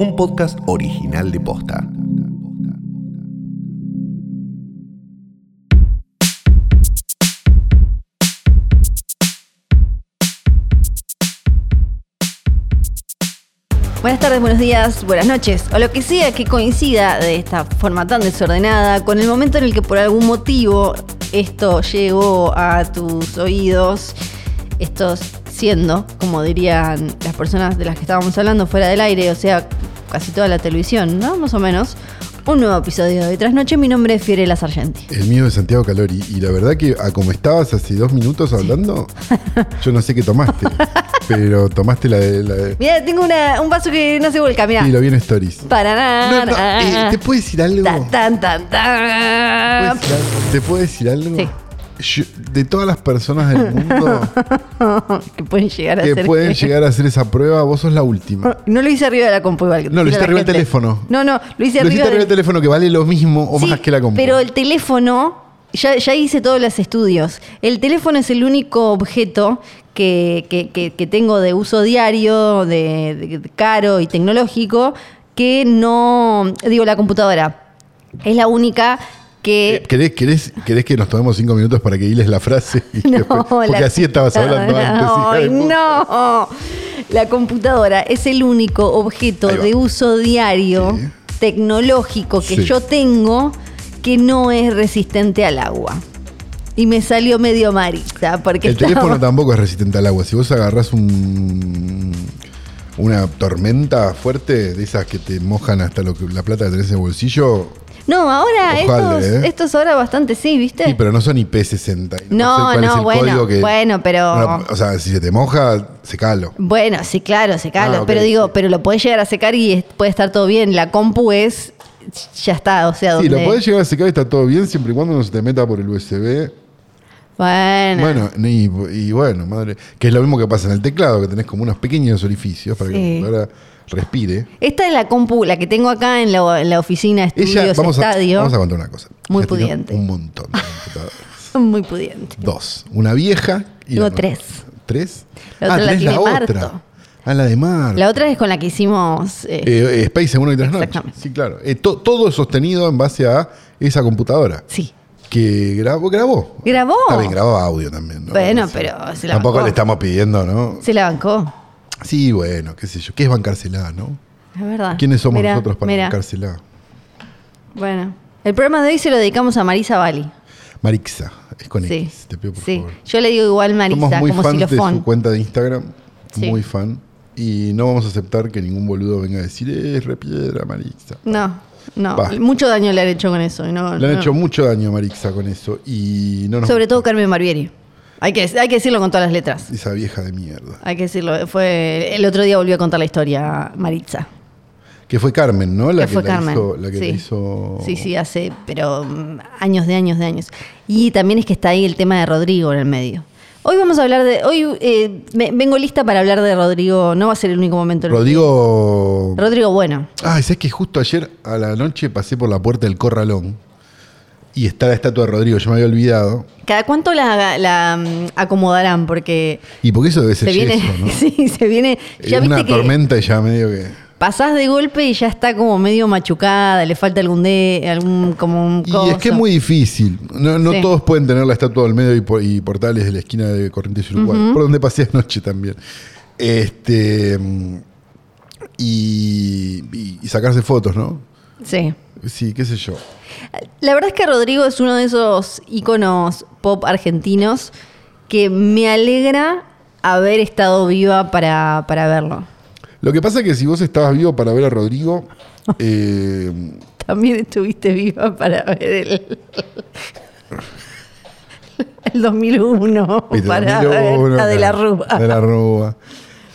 un podcast original de Posta. Buenas tardes, buenos días, buenas noches, o lo que sea que coincida de esta forma tan desordenada con el momento en el que por algún motivo esto llegó a tus oídos, estos siendo, como dirían las personas de las que estábamos hablando, fuera del aire, o sea, casi toda la televisión, ¿no? Más o menos. Un nuevo episodio de Trasnoche, mi nombre es Fiorella Sargenti. El mío es Santiago Calori. Y la verdad que a como estabas hace dos minutos hablando, yo no sé qué tomaste. pero tomaste la de... La de- Mira, tengo una- un vaso que no se vuelca, mira. Sí, lo vi en Stories. Para nada. No, no, eh, ¿Te puedo decir algo? Tan, tan, tan, ¿Puedo tan. decir algo? ¿Te puedo decir algo? Sí. Yo- de todas las personas del mundo que pueden llegar a Pues, que ser- pueden llegar a hacer esa prueba, vos sos la última. No lo hice arriba de la compu igual. No, decirle lo a hiciste la arriba del gente. teléfono. No, no, lo hice Lo hiciste arriba arriba del del- teléfono que vale lo mismo o Sí, más que la compu. Pero el teléfono, ya, ya hice todos los estudios. El teléfono es el único objeto que, que- que- que tengo de uso diario, de, de- de caro y tecnológico, que no. Digo, la computadora. Es la única que. Eh, ¿Querés, querés, querés que nos tomemos cinco minutos para que hiles la frase? Y después- porque la así estabas hablando computadora, antes. hija de ay, puta. no. La computadora es el único objeto Ahí va. de uso diario Sí. tecnológico que Sí. yo tengo que no es resistente al agua. Y me salió medio marita porque El estaba- teléfono tampoco es resistente al agua. Si vos agarrás un, una tormenta fuerte, de esas que te mojan hasta lo que, la plata que tenés en el bolsillo, No, ahora Ojalá, estos, eh. estos ahora bastante sí, ¿viste? sí, pero no son IP60. No, no, bueno, bueno, pero- o sea, si se te moja, se calo. Bueno, sí, claro, se cala. Ah, ok, Pero digo, sí. pero lo podés llegar a secar y es- puede estar todo bien. La compu es. Ya está, o sea, Sí, donde. lo podés llegar a secar y está todo bien siempre y cuando no se te meta por el USB. Bueno. Bueno, y, y bueno, madre. Que es lo mismo que pasa en el teclado, que tenés como unos pequeños orificios para Sí. que la computadora respire. Esta es la compu, la que tengo acá en la, en la oficina Ella, Estudios vamos a, Estadio. vamos a contar una cosa. Muy Ella tiene pudiente. Un montón de computadoras. Muy pudiente. Dos. Una vieja y Tengo la otra. Este, tres. ¿Tres? La otra la tenés tiene Marto. Ah, la de Marto. La otra es con la que hicimos. eh, Eh, eh, Space en uno y tres noches. Exactamente. Sí, claro. Eh, to- todo sostenido en base a esa computadora. sí. Que grabó, grabó. Grabó. Está bien, grababa audio también, ¿no? Bueno, No sé. pero se la Tampoco bancó. le estamos pidiendo, ¿no? Se la bancó. Sí, bueno, qué sé yo. ¿Qué es bancársela, no? Es verdad. ¿Quiénes somos Ah, Mirá, nosotros para mirá. bancársela? Bueno. El programa de hoy se lo dedicamos a Marisa Bali. Marixa, es con Sí. X, te pido por sí. favor. Yo le digo igual Marisa, Somos muy como fans de su xilofón. cuenta de Instagram. Sí. Muy fan. Y no vamos a aceptar que ningún boludo venga a decir, eh, es repiedra, Marixa. No, no. Va. Mucho daño le han hecho con eso. y No, Le han no. hecho mucho daño a Marixa con eso. Y no nos Sobre todo Carmen Barbieri. Hay que, hay que decirlo con todas las letras. Esa vieja de mierda. Hay que decirlo. Fue, el otro día volvió a contar la historia Maritza. Que fue Carmen, ¿no? La que fue la Carmen. hizo- la que sí. la hizo. sí, sí, hace, pero mm, años de años de años. Y también es que está ahí el tema de Rodrigo en el medio. Hoy vamos a hablar de. Hoy eh, me- vengo lista para hablar de Rodrigo. No va a ser el único momento. en el- Rodrigo. Rodrigo, bueno. Ah, ¿sabes que justo ayer a la noche pasé por la puerta del corralón y está la estatua de Rodrigo? Yo me había olvidado. ¿Cada cuánto la, la, mm, acomodarán? Porque Y porque eso debe ser se viene. yeso, ¿no? Sí, se viene. Ya Eh, Una viste que tormenta y ya medio que. pasás de golpe y ya está como medio machucada, le falta algún de, algún como un Y es coso. que es muy difícil. No, no Sí. todos pueden tener la estatua del medio y, por- y portales de la esquina de Corrientes y Uruguay, por donde pasé anoche también. Este. mm, Y, y- y sacarse fotos, ¿no? Sí. Sí, qué sé yo. La verdad es que Rodrigo es uno de esos íconos pop argentinos que me alegra haber estado viva para, para verlo. Lo que pasa es que si vos estabas vivo para ver a Rodrigo, eh, También estuviste viva para ver el, el 2001, viste, para 2001, ver la de la claro, Rúa. De la Rúa.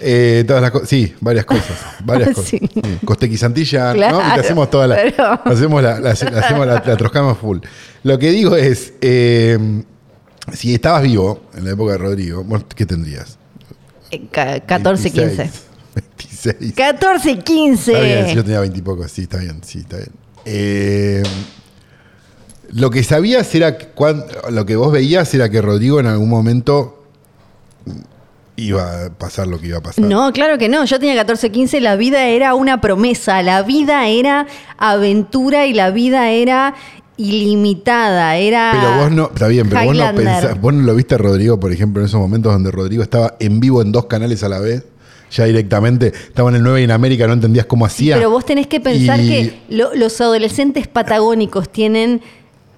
Eh, todas las co- sí, varias cosas. Varias cosas. Sí. Sí. Costequi Santillán, ¿no? Y Claro, te hacemos toda la. pero- Hacemos la, la- la hacemos la- la troscamos full. Lo que digo es, eh, si estabas vivo en la época de Rodrigo, ¿vos ¿qué tendrías? Eh, ca- 14, 15. 26. 26. 14, Está bien, si yo 15. tenía 20 y poco, sí, está bien, sí, está bien. Eh, lo que sabías era, que cuan- lo que vos veías era que Rodrigo en algún momento iba a pasar lo que iba a pasar. No, claro que no. Yo tenía 14, 15, la vida era una promesa, la vida era aventura y la vida era ilimitada, era... Pero vos no, está bien, pero vos no, Highlander. pensás- vos no lo viste a Rodrigo, por ejemplo, en esos momentos donde Rodrigo estaba en vivo en dos canales a la vez, ya directamente, estaba en el 9 y en América, no entendías cómo hacía. Pero vos tenés que pensar Y- que lo- los adolescentes patagónicos tienen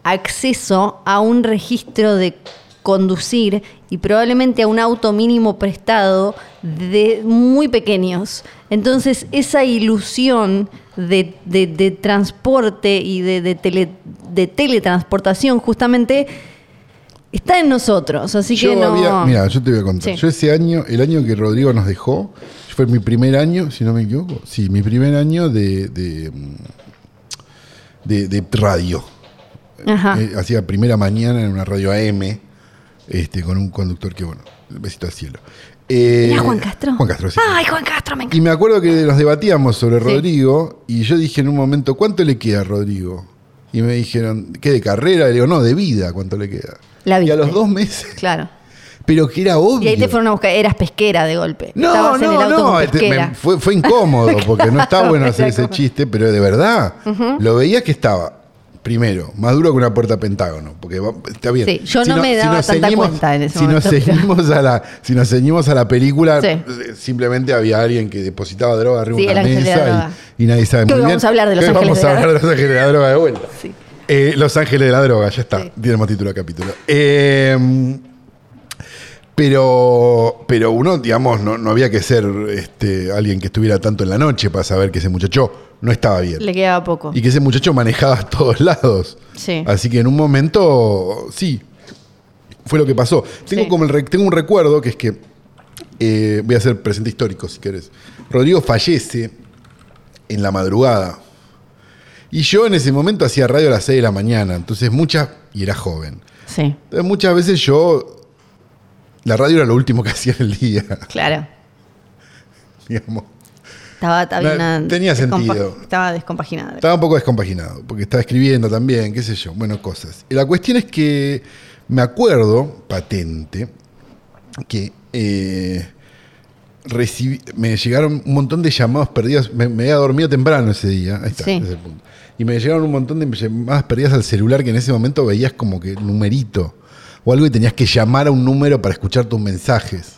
acceso a un registro de conducir y probablemente a un auto mínimo prestado de muy pequeños. Entonces esa ilusión de, de- de transporte y de, de tele- de teletransportación justamente está en nosotros. Así Yo que no... había- mira, yo te voy a contar. Sí. Yo ese año, el año que Rodrigo nos dejó, fue mi primer año, si no me equivoco, sí, mi primer año de, de, mm, de- de radio. Ajá. Eh, hacía primera mañana en una radio AM, este, con un conductor que, bueno, besito al cielo. Eh, Mirá, Juan Castro. Juan Castro, sí. Ay, Juan Castro, me encanta. Y me acuerdo que nos debatíamos sobre Sí. Rodrigo y yo dije en un momento, ¿cuánto le queda a Rodrigo? Y me dijeron, ¿qué de carrera? Le digo, no, de vida, ¿cuánto le queda? La y viste. a los dos meses, Claro. pero que era Y obvio. ahí te fueron a buscar, eras pesquera de golpe. No, Estabas en el no, auto no, con este, pesquera. me- fue, fue incómodo porque no está Claro, bueno hacer era ese como- chiste, pero de verdad, lo veías que estaba, primero, más duro que una puerta pentágono, porque va- está bien. Sí, yo no me daba nos tanta ceñimos- cuenta en ese si momento, Nos pero- ceñimos a la, si nos ceñimos a la película, Sí. eh, simplemente había alguien que depositaba droga arriba Sí, de el una ángel de la mesa droga. y, y nadie Que sabe muy hoy bien. vamos a hablar de Los Que hoy Ángeles vamos de a la hablar de los ángeles de la droga de vuelta. Sí. Eh, Los Ángeles de la Droga, ya está. Sí. Tenemos título de capítulo. Eh, pero, pero uno, digamos, no, no había que ser este, alguien que estuviera tanto en la noche para saber que ese muchacho no estaba bien. Le quedaba poco. Y que Ah. ese muchacho manejaba a todos lados. Sí. Así que en un momento, sí, fue lo que pasó. Tengo, Sí. como el re- tengo un recuerdo que es que, eh, voy a hacer presente histórico si querés. Rodrigo fallece en la madrugada. Y yo en ese momento hacía radio a las 6 de la mañana, entonces muchas, y era joven. Sí, Entonces, muchas veces yo, la radio era lo último que hacía en el día, claro. digamos. Estaba, había No, una- tenía sentido. Estaba descompaginada. Estaba un poco descompaginado, porque estaba escribiendo también, qué sé yo, bueno, cosas. Y la cuestión es que me acuerdo, patente, que eh, recibí- me llegaron un montón de llamados perdidas, me, me había dormido temprano ese día, ahí está, Sí. ese punto. Y me llegaron un montón de llamadas perdidas al celular que en ese momento veías como que numerito o algo y tenías que llamar a un número para escuchar tus mensajes.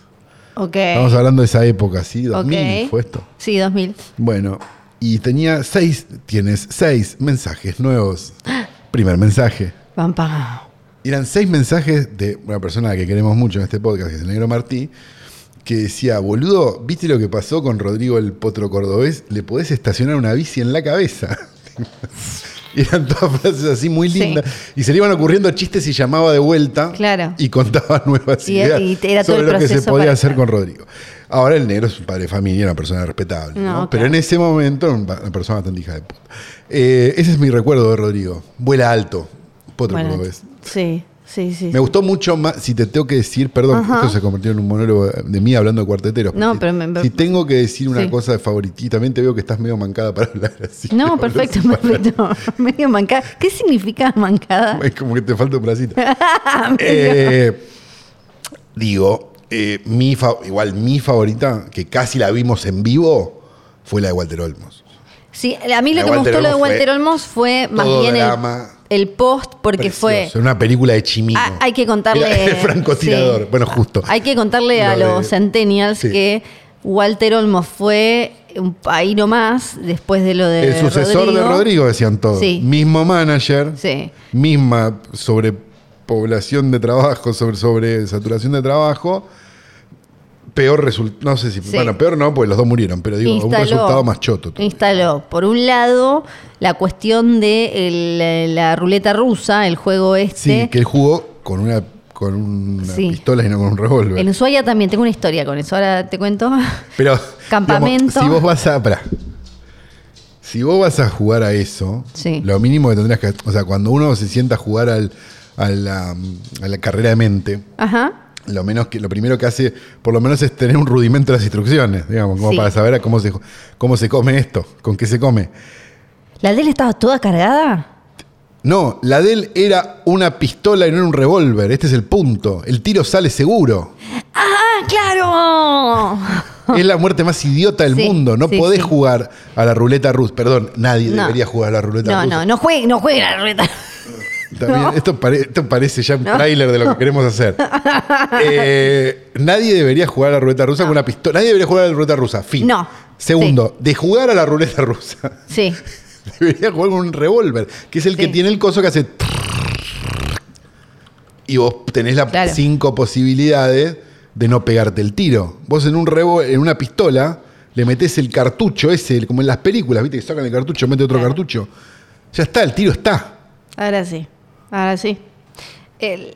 ok. Estamos hablando de esa época, ¿sí? 2000 ok. fue esto. Sí, 2000. Bueno, y tenía seis, tienes seis mensajes nuevos. Primer mensaje. Pam, pam. Eran seis mensajes de una persona que queremos mucho en este podcast, que es el Negro Martí, que decía, boludo, ¿viste lo que pasó con Rodrigo el Potro Cordobés? Le podés estacionar una bici en la cabeza. Y Eran todas frases así muy Sí. lindas. Y se le iban ocurriendo chistes y llamaba de vuelta. Claro. Y contaba nuevas Y- ideas y era todo sobre el lo que se proceso podía para- hacer con Rodrigo. Ahora el negro es un padre de familia, una persona respetable. ¿no? No, Pero claro. en ese momento, era una persona tan hija de puta. Eh, ese es mi recuerdo de Rodrigo. Vuela alto. Potro Bueno, Cordobés. sí, sí, sí. Me gustó mucho más, si te tengo que decir, perdón, Ajá. esto se convirtió en un monólogo de mí hablando de cuarteteros. No, si- pero me- si tengo que decir una Sí. cosa de favoritita, también te veo que estás medio mancada para hablar así. No, Hablas perfecto, para- perfecto. Medio mancada. ¿Qué significa mancada? Es como que te falta un bracito. Eh, digo, eh, mi fa- igual mi favorita, que casi la vimos en vivo, fue la de Walter Olmos. Sí, a mí lo La que me Walter gustó lo de Olmos fue Walter Olmos fue más todo bien el, drama. el post, porque fue. Precioso, Una película de Chimino. Ah, hay que contarle. Era el francotirador. sí. Bueno, justo. Hay que contarle a Lo de- los Centennials Sí. que Walter Olmos fue un- ahí nomás después de lo de. El sucesor de Rodrigo, decían todos. Sí. Mismo manager, Sí. misma sobrepoblación de trabajo, sobre, sobre saturación de trabajo. Peor resultado, no sé si, Sí. este bueno, peor no, porque los dos murieron, pero digo, un resultado más choto. todavía. Instaló, por un lado, la cuestión de el- eh, la ruleta rusa, el juego este. Sí, que él jugó con una, con una Sí. pistola y no con un revólver. En Ushuaia también, tengo una historia con eso, ahora te cuento. Pero, Campamento. digamos, si vos vas a. pará. si vos vas a jugar a eso, Sí. lo mínimo que tendrás que. O sea, cuando uno se sienta a jugar al, a, la, a la carrera de mente, Ajá. lo menos que lo primero que hace, por lo menos, es tener un rudimento de las instrucciones, digamos, como Sí. para saber a cómo se, cómo se come esto, con qué se come. ¿La de él estaba toda cargada? No, la de él era una pistola y no era un revólver. Este es el punto. El tiro sale seguro. ¡Ah, claro! Es la muerte más idiota del Sí, mundo. No sí, podés sí. jugar a la ruleta rusa. Perdón, nadie No. debería jugar a la ruleta No, rusa. no, no juegue, no juegue la ruleta. Está bien, no. Esto, pare- esto parece ya un tráiler de lo que queremos hacer. Eh, nadie debería jugar a la ruleta rusa con una pistola. Nadie debería jugar a la ruleta rusa. Fin. No. Segundo, de jugar a la ruleta rusa, Sí, debería jugar con un revólver, que es el que Sí. tiene el coso que hace. Y vos tenés las Claro. cinco posibilidades de no pegarte el tiro. Vos en un revo- en una pistola, le metés el cartucho ese, el- como en las películas, viste que sacan el cartucho, mete otro Claro. cartucho. Ya está, el tiro está. ahora sí, ahora sí. El-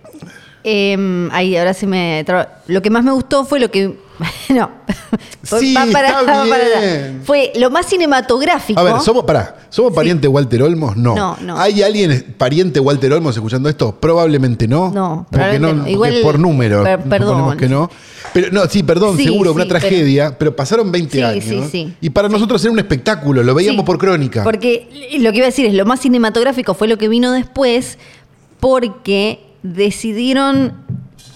em, ahí, ahora sí me... traba. Lo que más me gustó fue lo que... No, Sí, está allá. bien. Fue lo más cinematográfico. A ver, somos, pará, ¿somos pariente Walter Olmos? No. No, no. ¿Hay alguien pariente Walter Olmos escuchando esto? Probablemente no. No, porque probablemente no, no. porque Igual- por número. per- perdón. suponemos que no. Pero no, sí, perdón, Sí, seguro, una sí, tragedia, pero, pasaron 20 Sí, años. sí, sí. Y para nosotros era un espectáculo, lo veíamos Sí, por crónica. Porque lo que iba a decir es, lo más cinematográfico fue lo que vino después, porque decidieron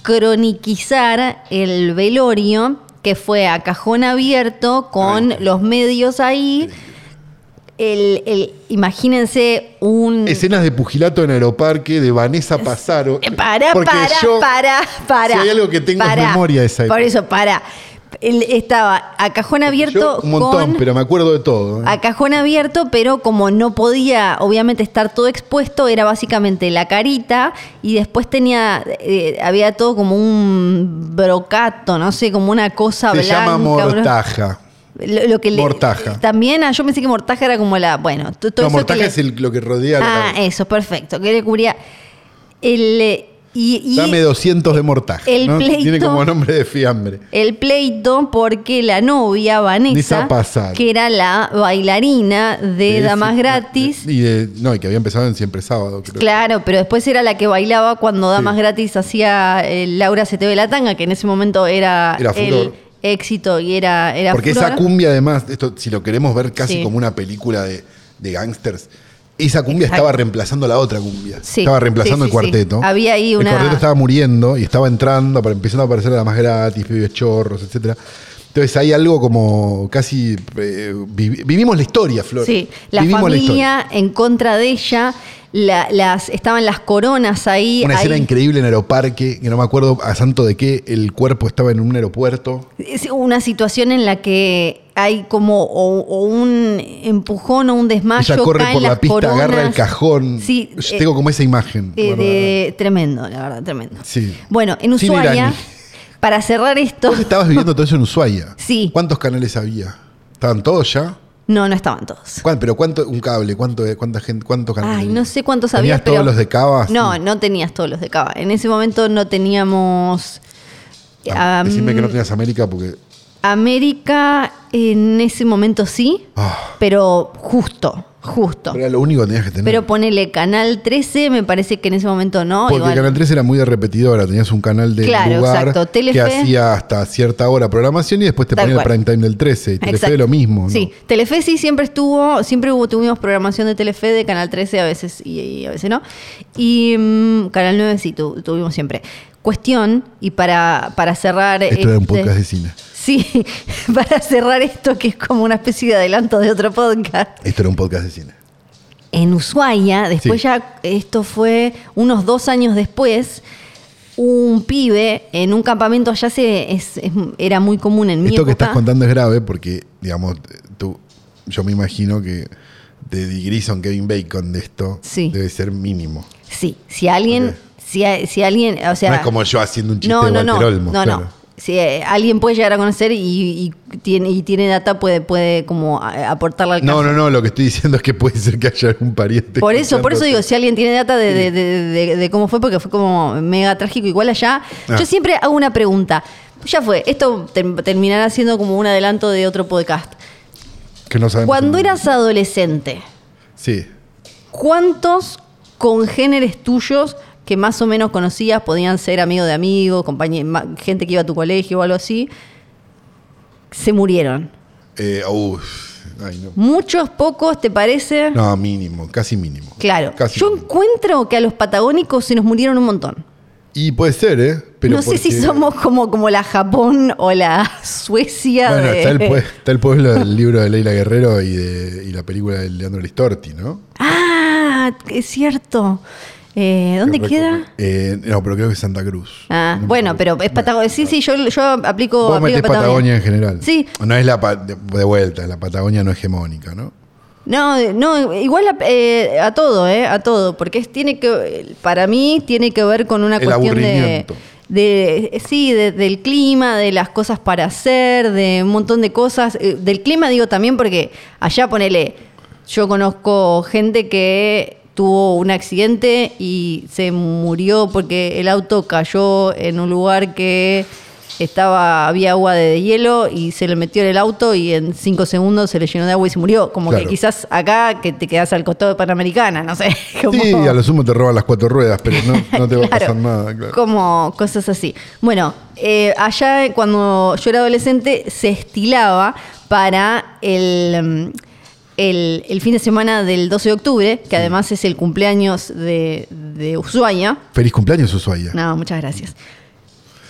croniquizar el velorio, que fue a cajón abierto, con los medios ahí. El, el- imagínense un... Escenas de pugilato en Aeroparque de Vanessa Pasaro. Eh, Para, Porque para, yo- para, para. Si hay algo que tengo para. en memoria de esa Por época. eso, para. Él estaba a cajón abierto Yo un montón, con- pero me acuerdo de todo. ¿eh? a cajón abierto, pero como no podía obviamente estar todo expuesto, era básicamente la carita y después tenía, eh, había todo como un brocato, no sé, como una cosa Se blanca. llama bro- Mortaja. Lo, lo que le- Mortaja. también, ah, yo pensé que mortaja era como la, bueno, to- todo No, eso que Mortaja le- es el- lo que rodea la- Ah, eso, perfecto, que le cubría el... eh, Y, y- Dame 200 de mortaja. el ¿no? Tiene pleito- como nombre de fiambre. el pleito porque la novia Vanessa, Vanessa Passaro. que era la bailarina de Es- Damas Gratis, Y de- no, y que había empezado en Siempre Sábado, creo. Claro, pero después era la que bailaba cuando Damas Sí. Gratis hacía eh, Laura se te ve la tanga, que en ese momento era, Era furor. el éxito y era, era Porque furor. esa cumbia, además, esto si lo queremos ver casi Sí. como una película de, de gángsters, esa cumbia Exacto. estaba reemplazando la otra cumbia. Sí. Estaba reemplazando Sí, sí, el cuarteto. sí. Había ahí una- El cuarteto estaba muriendo y estaba entrando, pero empezando a aparecer Damas gratis, pibes chorros, etcétera. Entonces hay algo como casi. eh, vi- vivimos la historia, Flor. Sí, la Vivimos historia. familia en contra de ella, la- las, estaban las coronas ahí. Una escena ahí. increíble en Aeroparque, que no me acuerdo a santo de qué, el cuerpo estaba en un aeropuerto. Es una situación en la que hay como o, o un empujón o un desmayo. Ella corre caen por la las pista, coronas. agarra el cajón. Sí, Yo eh, tengo como esa imagen. Eh, guardada. de- tremendo, la verdad, tremendo. Sí. Bueno, en Cine Ushuaia, iraní. para cerrar esto, Vos estabas viviendo todo eso en Ushuaia. Sí. ¿Cuántos canales había? ¿Estaban todos ya? no, no estaban todos. ¿Cuán- ¿Pero cuánto? ¿Un cable? ¿Cuánto, eh, cuánta gente, ¿Cuántos canales? Ay, había? no sé cuántos ¿Tenías había, pero... todos los de Cava? No, Sí. no tenías todos los de Cava. En ese momento no teníamos... Ah, am- decime que no tenías América porque... América en ese momento sí, ah, pero justo, justo. pero era lo único que tenías que tener. Pero ponele Canal 13, me parece que en ese momento no. porque Oh, igual. Canal 3 era muy de repetidora, tenías un canal de Claro, lugar exacto. Telefe- que hacía hasta cierta hora programación y después te Tal ponía el cual. prime time del 13 y Telefe Exacto. lo mismo. ¿no? Sí, Telefe sí siempre estuvo, siempre hubo, tuvimos programación de Telefe, de Canal 13 a veces y, y a veces no. Y mm, Canal 9 sí tu- tuvimos siempre. Cuestión, y para, para cerrar... Esto era un este- podcast de cine. Sí, para cerrar esto que es como una especie de adelanto de otro podcast. Esto era un podcast de cine. En Ushuaia, después Sí. ya, esto fue unos dos años después, un pibe en un campamento allá se, es- es- era muy común en mi Esto que época. estás contando es grave porque, digamos, tú, yo me imagino que de Dick Grayson, Kevin Bacon de esto Sí. debe ser mínimo. Sí, si alguien, Ok. si, a- si alguien, o sea, no es como yo haciendo un chiste no, de no, Walter no, Olmos. no, claro. no. Si eh, alguien puede llegar a conocer y, y tiene, y tiene data, puede, puede como a- aportarla al caso. No, no, no, lo que estoy diciendo es que puede ser que haya algún pariente. Por eso, por eso digo, escuchándote. si alguien tiene data de, de- de- de- de cómo fue, porque fue como mega trágico, igual allá. Ah. Yo siempre hago una pregunta. Ya fue, esto ter- terminará siendo como un adelanto de otro podcast. Que no sabemos Cuando el nombre. eras adolescente, Sí. ¿cuántos congéneres tuyos que más o menos conocías podían ser amigos de amigos, compañe- ma- gente que iba a tu colegio o algo así, se murieron? Eh, uf, dice. Ay, no. ¿Muchos, pocos, te parece? No, mínimo, casi mínimo. Claro. Casi Yo mínimo. encuentro que a los patagónicos se nos murieron un montón. Y puede ser, ¿eh? Pero no sé si porque- somos como, como la Japón o la Suecia. Bueno, de- está el, pue- está el pueblo del libro de Leila Guerrero y, de, y la película de Leandro Listorti, ¿no? Ah, es cierto. Eh, ¿Dónde Creo que- queda? Eh, no, pero creo que es Santa Cruz. Ah, No me bueno, acuerdo. pero es Patagonia. Sí, sí, yo, yo aplico, Vos aplico metés Patagonia en general. Sí. No es la pa- de, de vuelta, la Patagonia no hegemónica, ¿no? No, eh, no, igual a, eh, a todo, eh, a todo, porque es, tiene que, para mí tiene que ver con una El cuestión de, aburrimiento. de- eh, sí, de- del clima, de las cosas para hacer, de un montón de cosas. Eh, Del clima digo también porque allá ponele, yo conozco gente que tuvo un accidente y se murió porque el auto cayó en un lugar que estaba había agua de hielo y se le metió en el auto y en cinco segundos se le llenó de agua y se murió. Como Claro. que quizás acá que te quedas al costado de Panamericana, no sé. Como, Sí, a lo sumo te roban las cuatro ruedas, pero no, no te va a pasar Claro, nada, claro. Como cosas así. Bueno, eh, allá eh, cuando yo era adolescente se estilaba para el, mm, el, el fin de semana del 12 de octubre, que además es el cumpleaños de, de Ushuaia. Feliz cumpleaños, Ushuaia. No, muchas gracias.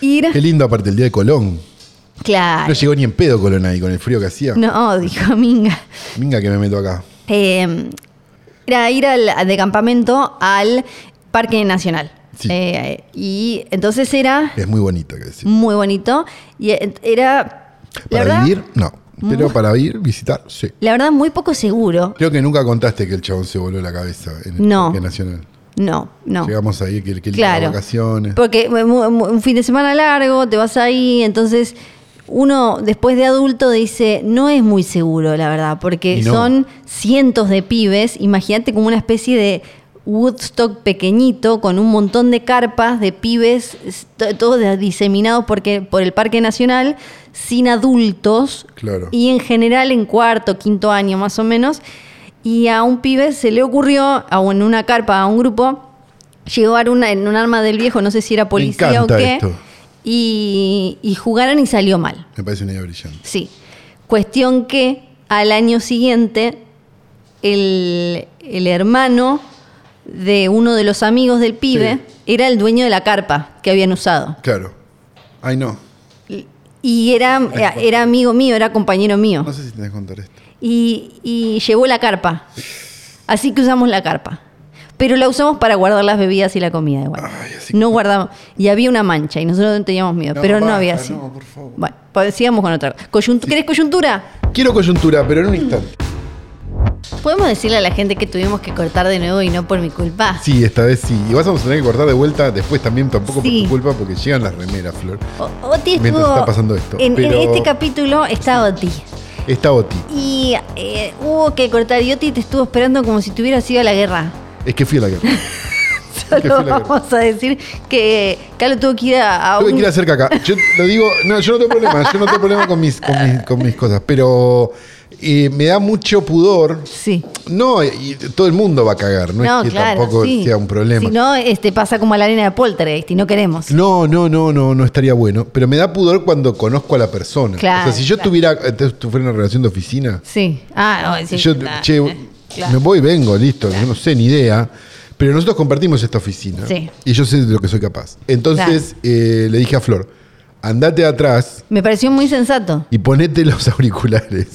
Ir, Qué lindo, aparte, el día de Colón. No claro. llegó ni en pedo Colón ahí, con el frío que hacía. No, dijo Minga. Venga que me meto acá. Eh, era ir al, de campamento al Parque Nacional. Sí. Eh, y entonces era Es muy bonito, que decir. muy bonito. Y eh, era, la Este. Para verdad, Mm. vivir, no. Pero para ir, visitar, sí. la verdad, muy poco seguro. Creo que nunca contaste que el chabón se voló la cabeza en el No. Parque Nacional. No, no. Llegamos ahí, que, que Claro. las vacaciones. Porque eh, mu- mu- un fin de semana largo, te vas ahí, entonces uno después de adulto dice, no es muy seguro, la verdad, porque Y no. son cientos de pibes, imagínate como una especie de Woodstock pequeñito con un montón de carpas de pibes, es- to- todos de- diseminados porque, por el Parque Nacional, sin adultos, Claro. y en general en cuarto, quinto año más o menos, y a un pibe se le ocurrió, a, un- en una carpa, a un grupo, llevar una, en un arma del viejo, no sé si era policía o encanta qué, esto. y, y jugaron y salió mal. Me parece una idea brillante. Sí. Cuestión que al año siguiente, el, el hermano de uno de los amigos del pibe era el dueño de la carpa que habían usado. Claro. Ay, no. Y era, era, era amigo mío, era compañero mío. No sé si tenés que contar esto. Y, y llevó la carpa. Así que usamos la carpa. Pero la usamos para guardar las bebidas y la comida igual. Ay, así no guardamos. Y había una mancha y nosotros no teníamos miedo. No, pero no basta, había así. no, por favor. Bueno, pues sigamos con otra. Coyuntu- ¿Querés coyuntura? Quiero coyuntura, pero en un instante. ¿Podemos decirle a la gente que tuvimos que cortar de nuevo y no por mi culpa? Sí, esta vez sí. Y vas a tener que cortar de vuelta después también, tampoco Sí. por tu culpa, porque llegan las remeras, Flor. O- Oti Mientras estuvo- está pasando esto, En, en pero- este capítulo está Oti. Está Oti. Y eh, hubo que cortar y Oti te estuvo esperando como si te hubiera sido a la guerra. Es que fui a la guerra. que Solo fue la guerra. vamos a decir que Carlos tuvo que ir a, a Tuve un- que ir a hacer caca. Yo lo digo, no, yo no tengo problema, yo no tengo problema con mis, con mis, con mis cosas, pero eh, me da mucho pudor. Sí. No, y todo el mundo va a cagar, no, es que tampoco sí. sea un problema. Si no, este, pasa como a la arena de Poltergeist y no queremos. No, no, no, no, no estaría bueno. Pero me da pudor cuando conozco a la persona. Claro, o sea, si yo claro. tuviera, eh, entonces, tuviera una relación de oficina, Sí. Ah, no, sí. y yo, claro, che, eh, claro. me voy y vengo, listo, yo no sé ni idea. Pero nosotros compartimos esta oficina. Sí. Y yo sé de lo que soy capaz. Entonces eh, le dije a Flor, andate atrás Me pareció muy sensato. y ponete los auriculares.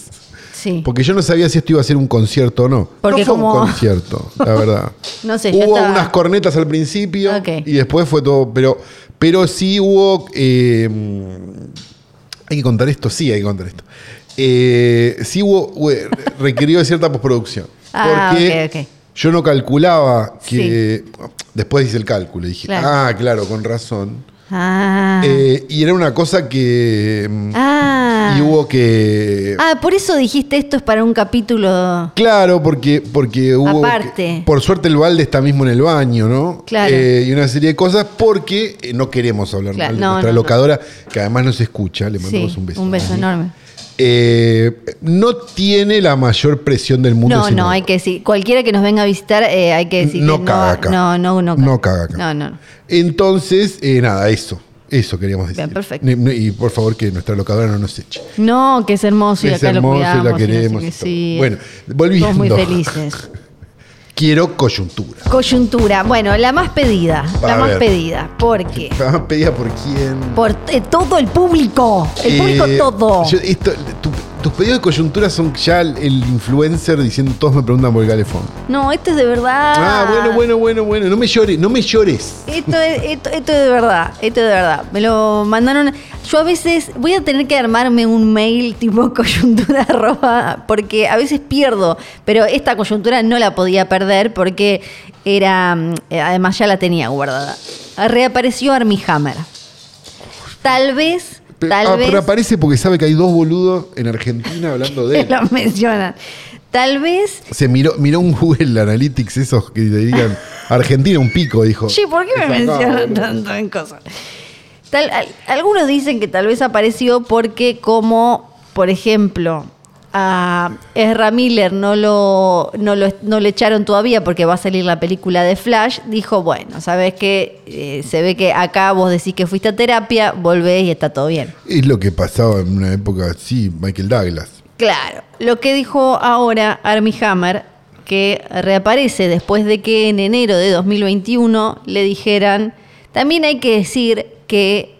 Sí. Porque yo no sabía si esto iba a ser un concierto o no. Porque no fue como- un concierto, la verdad. No sé, yo Hubo estaba- unas cornetas al principio Ok. y después fue todo. Pero, pero sí hubo. eh, hay que contar esto, sí, hay que contar esto. Eh, sí hubo. hue- requirió de cierta postproducción. Ah, porque ok, ok. yo no calculaba que. Después hice el cálculo y dije, Claro. ah, claro, con razón. Ah. Eh, y era una cosa que. mm, ah. Y hubo que. Ah, por eso dijiste esto es para un capítulo. Claro, porque, porque hubo. Aparte. que- por suerte el balde está mismo en el baño, ¿no? Claro. Eh, y una serie de cosas porque eh, no queremos hablar Claro, mal de no, nuestra no, no. locadora, que además nos escucha, le mandamos Sí, un beso. Un beso enorme. Eh, no tiene la mayor presión del mundo. No, sino- no, hay que decir. Cualquiera que nos venga a visitar, eh, hay que decir. No que caga acá. No, no, no. No caga acá. No, no. Entonces, eh, nada, eso. Eso queríamos decir. Bien, perfecto. Ni- ni- Y por favor que nuestra locadora no nos eche. No, que es hermoso y Es acá hermoso lo y cuidamos. la y no sé queremos. qué, y todo. sí. Bueno, Todos muy volviendo. felices. Quiero coyuntura. Coyuntura. Bueno, la más pedida. la A más ver. pedida. ¿Por qué? Estaba pedida por quién. Por eh, todo el público. El público Eh, todo. yo- esto- tu- tus pedidos de coyuntura son ya el, el influencer diciendo todos me preguntan por el galefón. No, esto es de verdad. Ah, bueno, bueno, bueno, bueno. No me llores, no me llores. Esto es, esto, esto es de verdad, esto es de verdad. Me lo mandaron. Yo a veces voy a tener que armarme un mail tipo coyuntura arroba, porque a veces pierdo, pero esta coyuntura no la podía perder porque era. mm, eh, Además ya la tenía guardada. Reapareció Armie Hammer. Tal vez, Pero, tal ah, vez. pero aparece porque sabe que hay dos boludos en Argentina hablando de él. lo mencionan. Tal vez. Se miró, miró un Google Analytics esos que te digan Argentina un pico, dijo. Sí, ¿por qué me Eso acá, mencionan boludo. tanto en cosas? Tal- al- algunos dicen que tal vez apareció porque como, por ejemplo, a Ezra Miller no lo, no lo, no lo echaron todavía porque va a salir la película de Flash, dijo, bueno, sabes que se ve que acá vos decís que fuiste a terapia, volvés y está todo bien. Es lo que pasaba en una época así, Michael Douglas. Claro, lo que dijo ahora Armie Hammer, que reaparece después de que en enero de 2021 le dijeran, también hay que decir que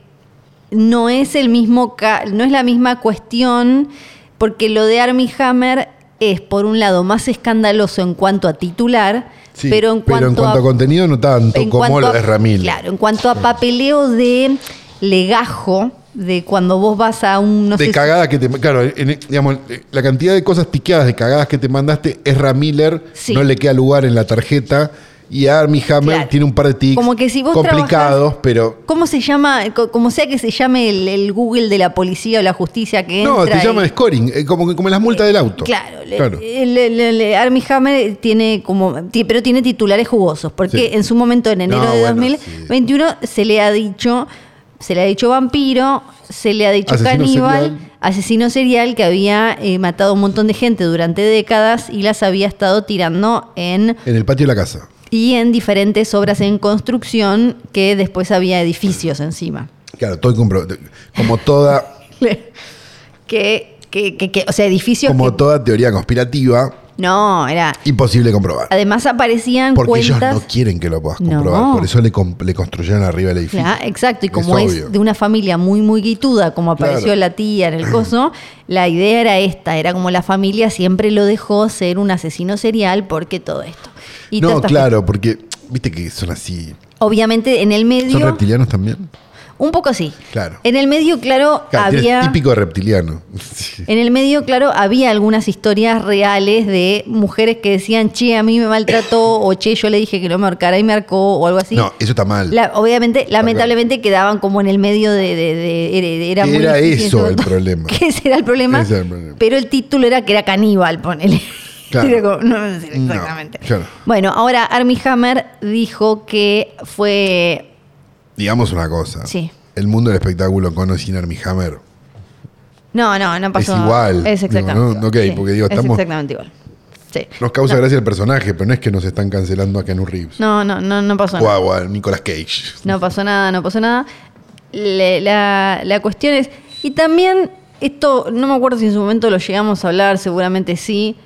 no es el mismo, ca- no es la misma cuestión, porque lo de Armie Hammer es por un lado más escandaloso en cuanto a titular, Sí, pero en cuanto, a, contenido no tanto en como cuanto lo a- de Ramil. Claro, en cuanto a papeleo de legajo, de cuando vos vas a un no de sé si- cagadas que te. Claro, en- digamos, la cantidad de cosas tiqueadas de cagadas que te mandaste, Ezra Miller Sí. no le queda lugar en la tarjeta. Y Armie Hammer Claro. tiene un par de tics Como que si vos complicados, pero. ¿Cómo se llama? Co- Como sea que se llame el, el Google de la policía o la justicia que No, entra te llaman y- scoring, eh, como, como las multas del auto. Claro, le- eh. Claro. el- el- el Armie Hammer tiene como, ti- pero tiene titulares jugosos, porque Sí. en su momento, en enero No, de bueno, 2021, se le ha dicho, se le ha dicho vampiro, se le ha dicho Asesino caníbal, serial. asesino serial que había eh, matado a un montón de gente durante décadas y las había estado tirando en En el patio de la casa. y en diferentes obras en construcción que después había edificios encima. Claro, todo compro- como toda que, que, que, que- o sea, edificios como que- toda teoría conspirativa, no, era. imposible comprobar. Además aparecían Porque cuentas. ellos no quieren que lo puedas No. comprobar. Por eso le, com- le construyeron arriba el edificio. Claro, exacto, y Es como es, obvio. de una familia muy, muy guituda, como apareció Claro. la tía en el coso, la idea era esta, era como la familia siempre lo dejó ser un asesino serial porque todo esto. Y no, tantas- claro, porque viste que son así. Obviamente en el ¿Son medio, reptilianos también? un poco sí. Claro. En el medio, claro, Claro, tienes había... Típico de reptiliano. Sí. En el medio, claro, había algunas historias reales de mujeres que decían, che, a mí me maltrató, o che, yo le dije que no me ahorcara y me arcó, o algo así. No, eso está mal. La- obviamente, lamentablemente quedaban como en el medio de... de- de- de- era Que muy era difícil eso sobre el todo. problema. Que ese era el problema. Ese era el problema. Pero el título era que era caníbal, ponele. Claro. Era como- no, no sé No, exactamente. claro. Bueno, ahora Armie Hammer dijo que fue... Digamos una cosa. Sí. El mundo del espectáculo con o sin Armie Hammer No, no, no pasó. Es igual. Es Digo, exactamente igual. ¿no? Ok, porque digo, es estamos- exactamente igual. Sí. nos causa gracia el personaje, pero no es que nos están cancelando a Keanu Reeves No, no, no, no pasó o nada. a, o a Nicolas Cage. No pasó nada, no pasó nada. Le- la, la cuestión es. Y también, esto no me acuerdo si en su momento lo llegamos a hablar, seguramente sí.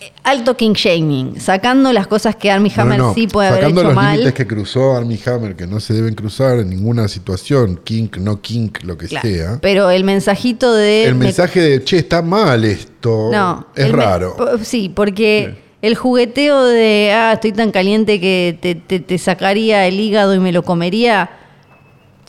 Eh, Alto King Shaming, sacando las cosas que Armie Hammer No, no, sí puede haber Sacando hecho los mal. límites que cruzó Armie Hammer, que no se deben cruzar en ninguna situación, kink, no kink, lo que Claro, sea. Pero el mensajito de. el me- mensaje de, che, está mal esto, No. Oh, es el me- raro. po- Sí, porque el jugueteo de, ah, estoy tan caliente que te, te- te sacaría el hígado y me lo comería.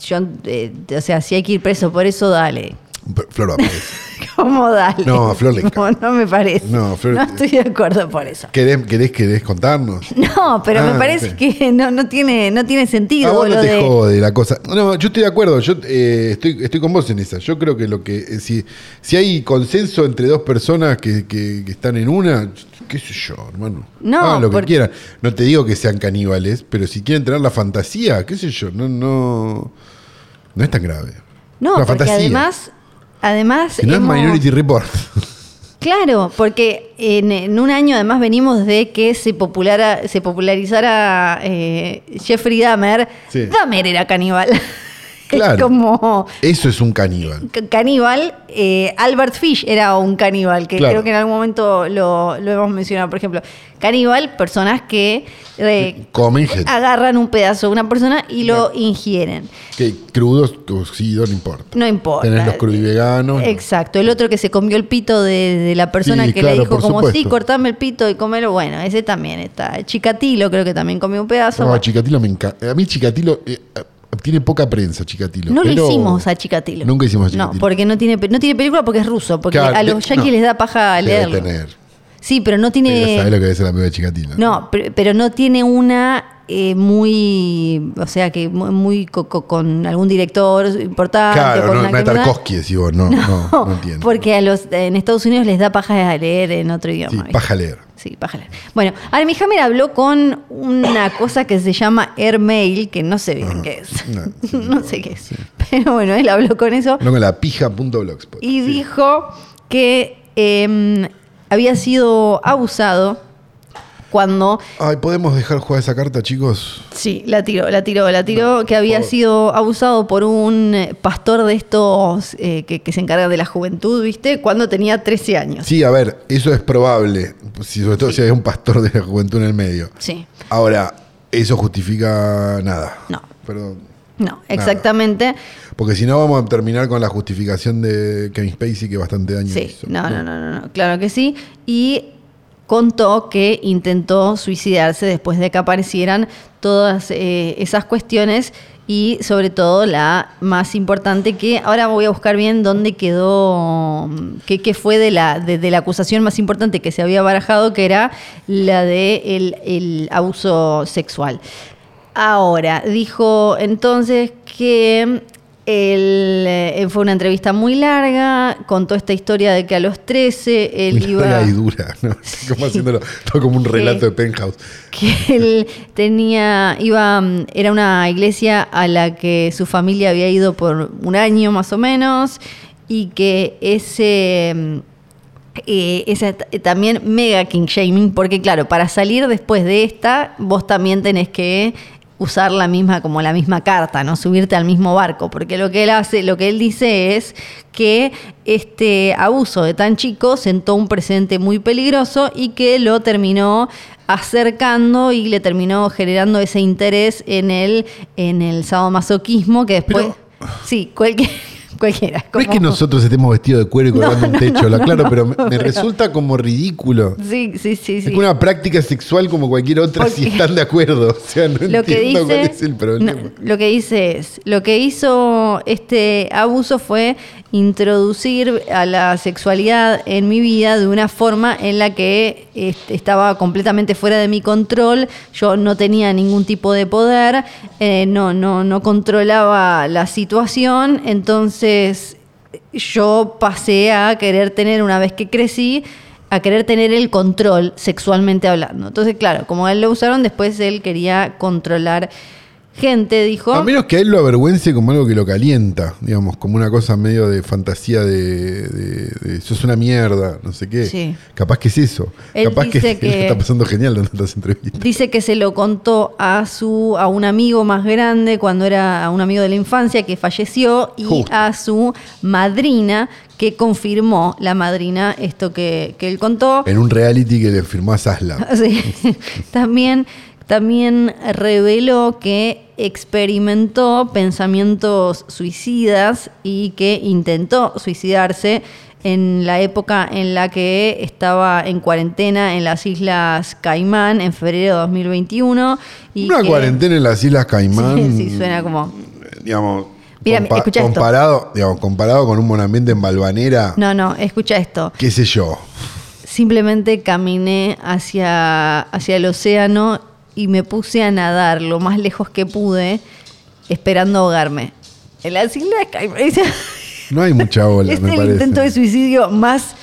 Yo, eh, o sea, si hay que ir preso por eso, dale. Pero Flor aparece. ¿Cómo dale? No, a Flor le No, no me parece. No, Flor- estoy de acuerdo por eso. ¿Querés, querés, querés contarnos? No, pero Ah, me parece ok. que no, no, tiene, no tiene A sentido vos no lo te de. jode la cosa. No, yo estoy de acuerdo, yo eh, estoy, estoy con vos en esa. Yo creo que lo que eh, si, si hay consenso entre dos personas que, que- que están en una, qué sé yo, hermano. No, Hagan lo porque- que quieran. No te digo que sean caníbales, pero si quieren tener la fantasía, qué sé yo, no, no, no es tan grave. No, La porque fantasía. además. Además. Si no hemos- es Minority Report. Claro, porque en, en un año además venimos de que se, populara, se popularizara eh, Jeffrey Dahmer. Sí. Dahmer era caníbal. Claro. Es como Eso es un caníbal. c- caníbal. eh, Albert Fish era un caníbal, que Claro. creo que en algún momento lo, lo hemos mencionado, por ejemplo. Caníbal, personas que eh, Comen gente. agarran un pedazo de una persona y lo ingieren. Que crudos, cocidos, no importa. No eh, importa. Tenés los crudiveganos. Exacto, el otro que se comió el pito de, de la persona Sí, que claro, le dijo por como supuesto. sí, cortame el pito y comelo, bueno, ese también está. Chicatilo creo que también comió un pedazo. No, Chicatilo me encanta. A mí Chicatilo eh, tiene poca prensa, Chicatilo. no pero- lo hicimos a Chicatilo. Nunca hicimos a No, Chikatilo. porque no tiene, pe- no tiene película porque es ruso, porque Claro, a de- los yanquis no. les da paja Debe leerlo. tener. Sí, pero no Pero sabés tiene... lo que debe ser la amiga de Chicatilo. No, pero, pero no tiene una eh, muy... O sea, que muy, muy co- co- con algún director importante. o Claro, con no, una no es criatura. Tarkovsky, decís vos, no, no, no, entiendo. Porque a los, en Estados Unidos les da paja a leer en otro idioma. sí, ¿viste? paja leer. Sí, paja leer. Bueno, Armie Hammer habló con una cosa que se llama airmail, que no sé bien qué es. Mm. no, No, sí, sé qué es. Pero bueno, él habló con eso No con la pija.blogspot. y dijo que eh, había sido abusado cuando Ay, ¿podemos dejar jugar esa carta, chicos? Sí, la tiró, la tiró, la tiró, que había favor. sido abusado por un eh, pastor de estos eh, que, que se encarga de la juventud, ¿viste? Cuando tenía 13 años. Sí, a ver, eso es probable. Si, sobre todo si hay un pastor de la juventud en el medio. Sí. Ahora, eso justifica nada. No. Perdón. No, exactamente. Porque si no vamos a terminar con la justificación de Kevin Spacey que bastante daño Sí, hizo. no, no, no, no, no, claro que sí. Y contó que intentó suicidarse después de que aparecieran todas eh, esas cuestiones y sobre todo la más importante que ahora voy a buscar bien dónde quedó, mm, qué, qué fue de la, de, de la acusación más importante que se había barajado, que era la de el- el abuso sexual. Ahora, dijo entonces que él, eh, fue una entrevista muy larga, contó esta historia de que a los 13 él Una iba... historia y dura, ¿no? Como haciéndolo todo como un relato de Penthouse. que él tenía, iba, mm, era una iglesia a la que su familia había ido por un año más o menos y que ese, mm, eh, esa t- también mega king shaming, porque claro, para salir después de esta, vos también tenés que usar la misma, como la misma carta, ¿no? Subirte al mismo barco. Porque lo que él hace, lo que él dice es que este abuso de tan chico sentó un presente muy peligroso y que lo terminó acercando y le terminó generando ese interés en el, en el sadomasoquismo que después. sí, cualquier, cualquiera. No es como- que nosotros estemos vestidos de cuero y colgando No, un no, techo, no, lo aclaro, no, pero me, no, me no. resulta como ridículo. Sí, sí, sí. sí. Es una práctica sexual como cualquier otra si Porque- están de acuerdo. O sea, no lo que dice, entiendo cuál es el problema. no, lo que dice es, lo que hizo este abuso fue introducir a la sexualidad en mi vida de una forma en la que este, estaba completamente fuera de mi control, yo no tenía ningún tipo de poder, eh, no, no, no controlaba la situación, entonces yo pasé a querer tener, una vez que crecí, a querer tener el control sexualmente hablando. Entonces, claro, como a él lo usaron, después él quería controlar gente, dijo. A menos que a él lo avergüence como algo que lo calienta, digamos, como una cosa medio de fantasía de, de, de sos una mierda, no sé qué. Sí. Capaz que es eso. Él Capaz que, dice que le que- está pasando genial en tantas entrevistas. Dice que se lo contó a su a un amigo más grande cuando era a un amigo de la infancia que falleció y Justo. a su madrina que confirmó la madrina esto que, que él contó. En un reality que le firmó a Sasla. Sí. también, también reveló que experimentó pensamientos suicidas y que intentó suicidarse en la época en la que estaba en cuarentena en las Islas Caimán en febrero de 2021. Y Una que- cuarentena en las Islas Caimán. Sí, sí, suena como... eh, Digamos, Mira, compa- escuchá esto. comparado, digamos, comparado con un monambiente en Balvanera, No, no, escucha esto. qué sé yo. Simplemente caminé hacia, hacia el océano y me puse a nadar lo más lejos que pude, esperando ahogarme. En las Islas Caimán. Es, No hay mucha ola, es me el parece. intento de suicidio más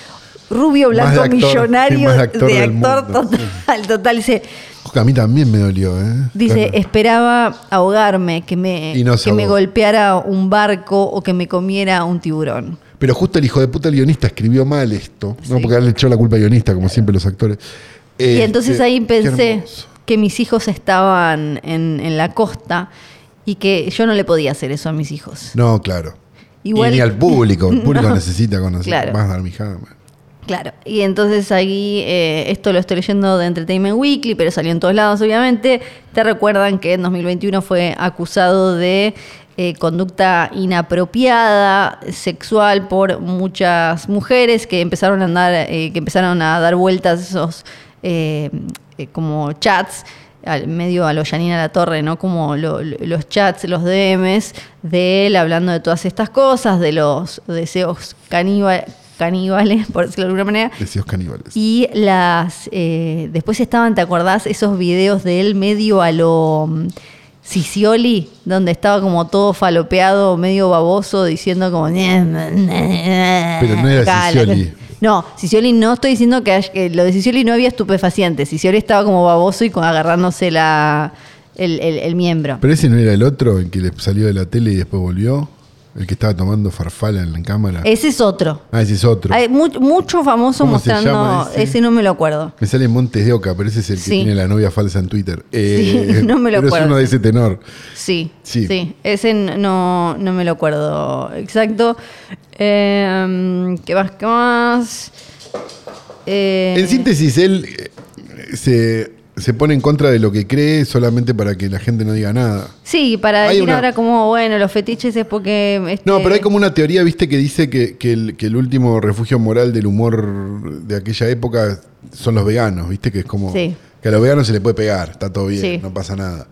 rubio, Más de blanco, actor, sí, millonario, más de de actor actor, del mundo. total, total. Dice, Ojo, que a mí también me dolió, ¿eh? dice, Claro. esperaba ahogarme, que me, Y no se que me ahogó. golpeara un barco o que me comiera un tiburón. Pero justo el hijo de puta el guionista escribió mal esto, ¿no? Sí. Porque él le echó la culpa al guionista, como siempre los actores. Y Este, entonces ahí qué pensé hermoso. que mis hijos estaban en, en la costa y que yo no le podía hacer eso a mis hijos. No, claro. Igual- y ni al público. El público No. necesita conocer Claro. más Darmijana. Claro, y entonces ahí, eh, esto lo estoy leyendo de Entertainment Weekly, pero salió en todos lados, obviamente. Te recuerdan que en 2021 fue acusado de eh, conducta inapropiada sexual por muchas mujeres que empezaron a andar, eh, que empezaron a dar vueltas esos eh, eh, como chats al medio a lo Yanina La Torre, ¿no? Como lo- lo- los chats, los DMs de él hablando de todas estas cosas, de los deseos caníbal- caníbales, por decirlo de alguna manera. Deseos caníbales. Y las eh, después estaban, ¿te acordás? Esos videos de él medio a lo mm, Sisioli, donde estaba como todo falopeado, medio baboso, diciendo como... Pero no no era Scioli. No, Sisioli no estoy diciendo que, hay- que lo de Sisioli no había estupefacientes. Sisioli estaba como baboso y con, agarrándose la, el, el- el miembro. Pero ese no era el otro, el que le salió de la tele y después volvió. El que estaba tomando farfala en la cámara. Ese es otro. ah, ese es otro. Hay mu- mucho famoso ¿Cómo se mostrando... llama ese? ese no me lo acuerdo. Me sale Montes de Oca, pero ese es el que Sí. tiene la novia falsa en Twitter. Eh, no me lo pero acuerdo. es uno de ese tenor. Sí, sí. Sí. Ese no, no me lo acuerdo exacto. Eh, ¿Qué más? ¿Qué más? Eh, En síntesis, él eh, se, se pone en contra de lo que cree solamente para que la gente no diga nada. Sí, para Hay decir una- ahora como, bueno, los fetiches es porque... este, No, pero hay como una teoría, viste, que dice que, que el, que el último refugio moral del humor de aquella época son los veganos, viste, que es como Sí. que a los veganos se les puede pegar, está todo bien, Sí. no pasa nada.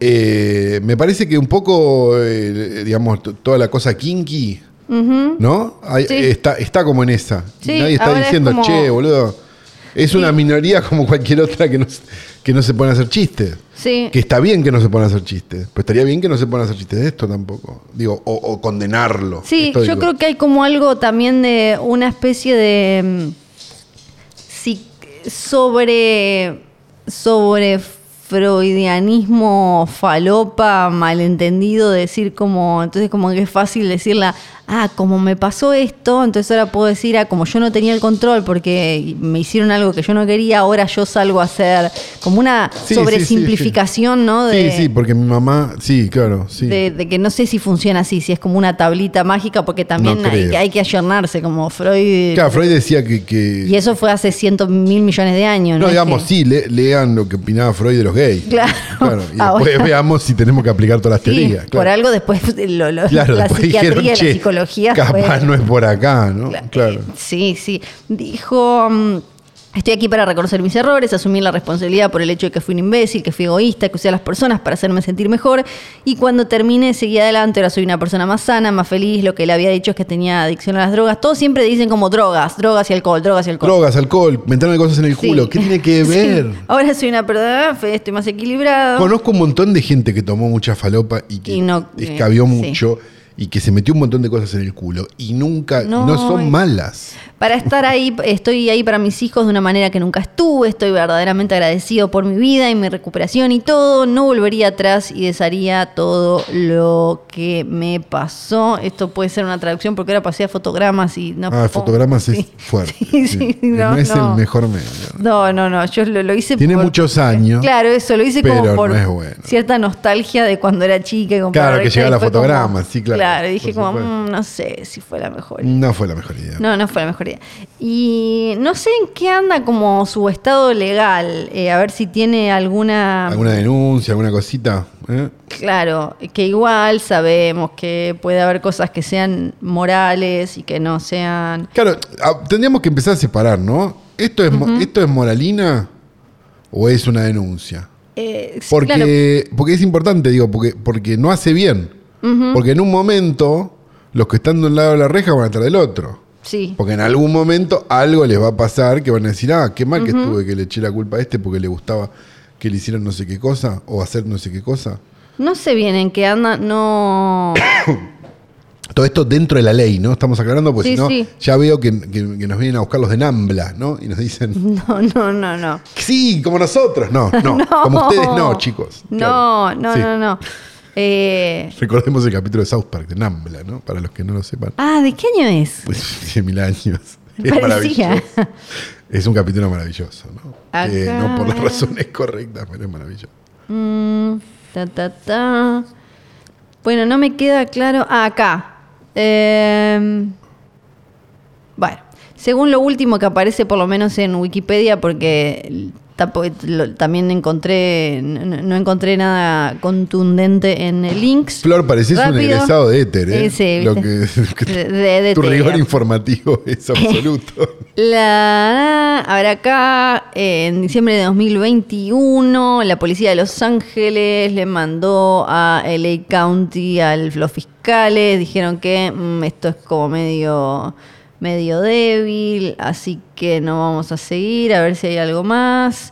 Eh, me parece que un poco, eh, digamos, t- toda la cosa kinky, Ujú. ¿no? Hay- Sí. Está, está como en esa. Y Sí, Nadie está ahora es diciendo, como- che, boludo. Es una minoría como cualquier otra que no, se- que no se pone a hacer chistes. Sí. Que está bien que no se pongan a hacer chistes. Pues estaría bien que no se pongan a hacer chistes de esto tampoco. Digo, o, o condenarlo. Sí, yo creo que hay como algo también de una especie de mm, sí, sobre sobre freudianismo falopa malentendido decir como entonces como que es fácil decirla ah como me pasó esto entonces ahora puedo decir ah como yo no tenía el control porque me hicieron algo que yo no quería ahora yo salgo a hacer como una Sí, sí, sobresimplificación no de, Sí, sí, porque mi mamá. Sí, claro, sí. de, de que no sé si funciona así, si es como una tablita mágica, porque también No hay, creo. hay que ayornarse, como Freud. Claro, Freud decía que. que- Y eso fue hace cientos mil millones de años. no, No, digamos, Es que- sí, le- lean lo que opinaba Freud de los gays. Claro. y Ahora- después veamos si tenemos que aplicar todas las Sí, teorías. claro. Por algo después lo- lo- Claro, la después psiquiatría, dijeron, la "Che, psicología. Capaz fue- no es por acá, ¿no? Cla- Claro. eh, Sí, sí. Dijo, mm, estoy aquí para reconocer mis errores, asumir la responsabilidad por el hecho de que fui un imbécil, que fui egoísta, que usé a las personas para hacerme sentir mejor. Y cuando terminé, seguí adelante, ahora soy una persona más sana, más feliz. Lo que él había dicho es que tenía adicción a las drogas. Todos siempre dicen como drogas, drogas y alcohol, drogas y alcohol. Drogas, alcohol, meterme cosas en el Sí. culo. ¿Qué tiene que Sí. ver? Ahora soy una persona, más feliz, estoy más equilibrado. Conozco un montón de gente que tomó mucha falopa y que Ah. Y no- escabió eh, sí. mucho y que se metió un montón de cosas en el culo y nunca, y No, no, son es- malas. Para estar ahí, estoy ahí para mis hijos de una manera que nunca estuve, estoy verdaderamente agradecido por mi vida y mi recuperación y todo, no volvería atrás y desharía todo lo que me pasó. Esto puede ser una traducción porque ahora pasé a fotogramas y no... ah, el fotogramas Sí. es fuerte. Sí, sí, no, es no. el mejor medio. No, no, no, yo lo, lo hice Tiene muchos años. Claro, eso, lo hice como pero por no es bueno. cierta nostalgia de cuando era chica. Y compraba Claro, que revistas y llegaba la fue como- fotograma, sí, claro, Claro, dije por como, supuesto. "Mm, no sé si fue la mejor No fue la mejor idea. no, no fue la mejor idea. Y no sé en qué anda como su estado legal. eh, a ver si tiene alguna. ¿Alguna denuncia, alguna cosita? ¿Eh? Claro, que igual sabemos que puede haber cosas que sean morales y que no sean. Claro, ah, tendríamos que empezar a separar, ¿no? ¿Esto es, mo- ¿Esto es moralina o es una denuncia? eh, sí, claro. Porque, porque es importante, digo, porque, porque no hace bien. Porque en un momento, los que están de un lado de la reja van a estar del otro. Sí, Porque en algún momento algo les va a pasar que van a decir, ah, qué mal que estuve que le eché la culpa a este porque le gustaba que le hicieran no sé qué cosa o hacer no sé qué cosa. no sé bien en qué anda. No. Todo esto dentro de la ley, ¿no? Estamos aclarando, porque Sí, si no, sí. ya veo que, que- que nos vienen a buscar los de Nambla, ¿no? Y nos dicen, No, no, no, no. sí, como nosotros. No, no, como ustedes no, chicos. No, Claro. no, Sí. no, no. Eh, Recordemos el capítulo de South Park, de Nambla, ¿no? Para los que no lo sepan. ah, ¿de qué año es? Pues 100.000 años. Es Parecía. maravilloso. Es un capítulo maravilloso, ¿no? Que Acá. no por las razones correctas, pero es maravilloso. Mm, ta, ta, ta. Bueno, no me queda claro. Ah, acá. Em, bueno, según lo último que aparece, por lo menos en Wikipedia, porque tapo- lo- también encontré, no, no encontré nada contundente en links. Flor, parecés un Rápido. egresado de éter, ¿eh? Eh, sí, Lo ¿viste? que, que- De- de tu tela. rigor informativo es absoluto. La, a ver, acá eh, en diciembre de 2021, la policía de Los Ángeles le mandó a LA County a los fiscales, dijeron que mm, esto es como medio, medio débil, así que no vamos a seguir, a ver si hay algo más.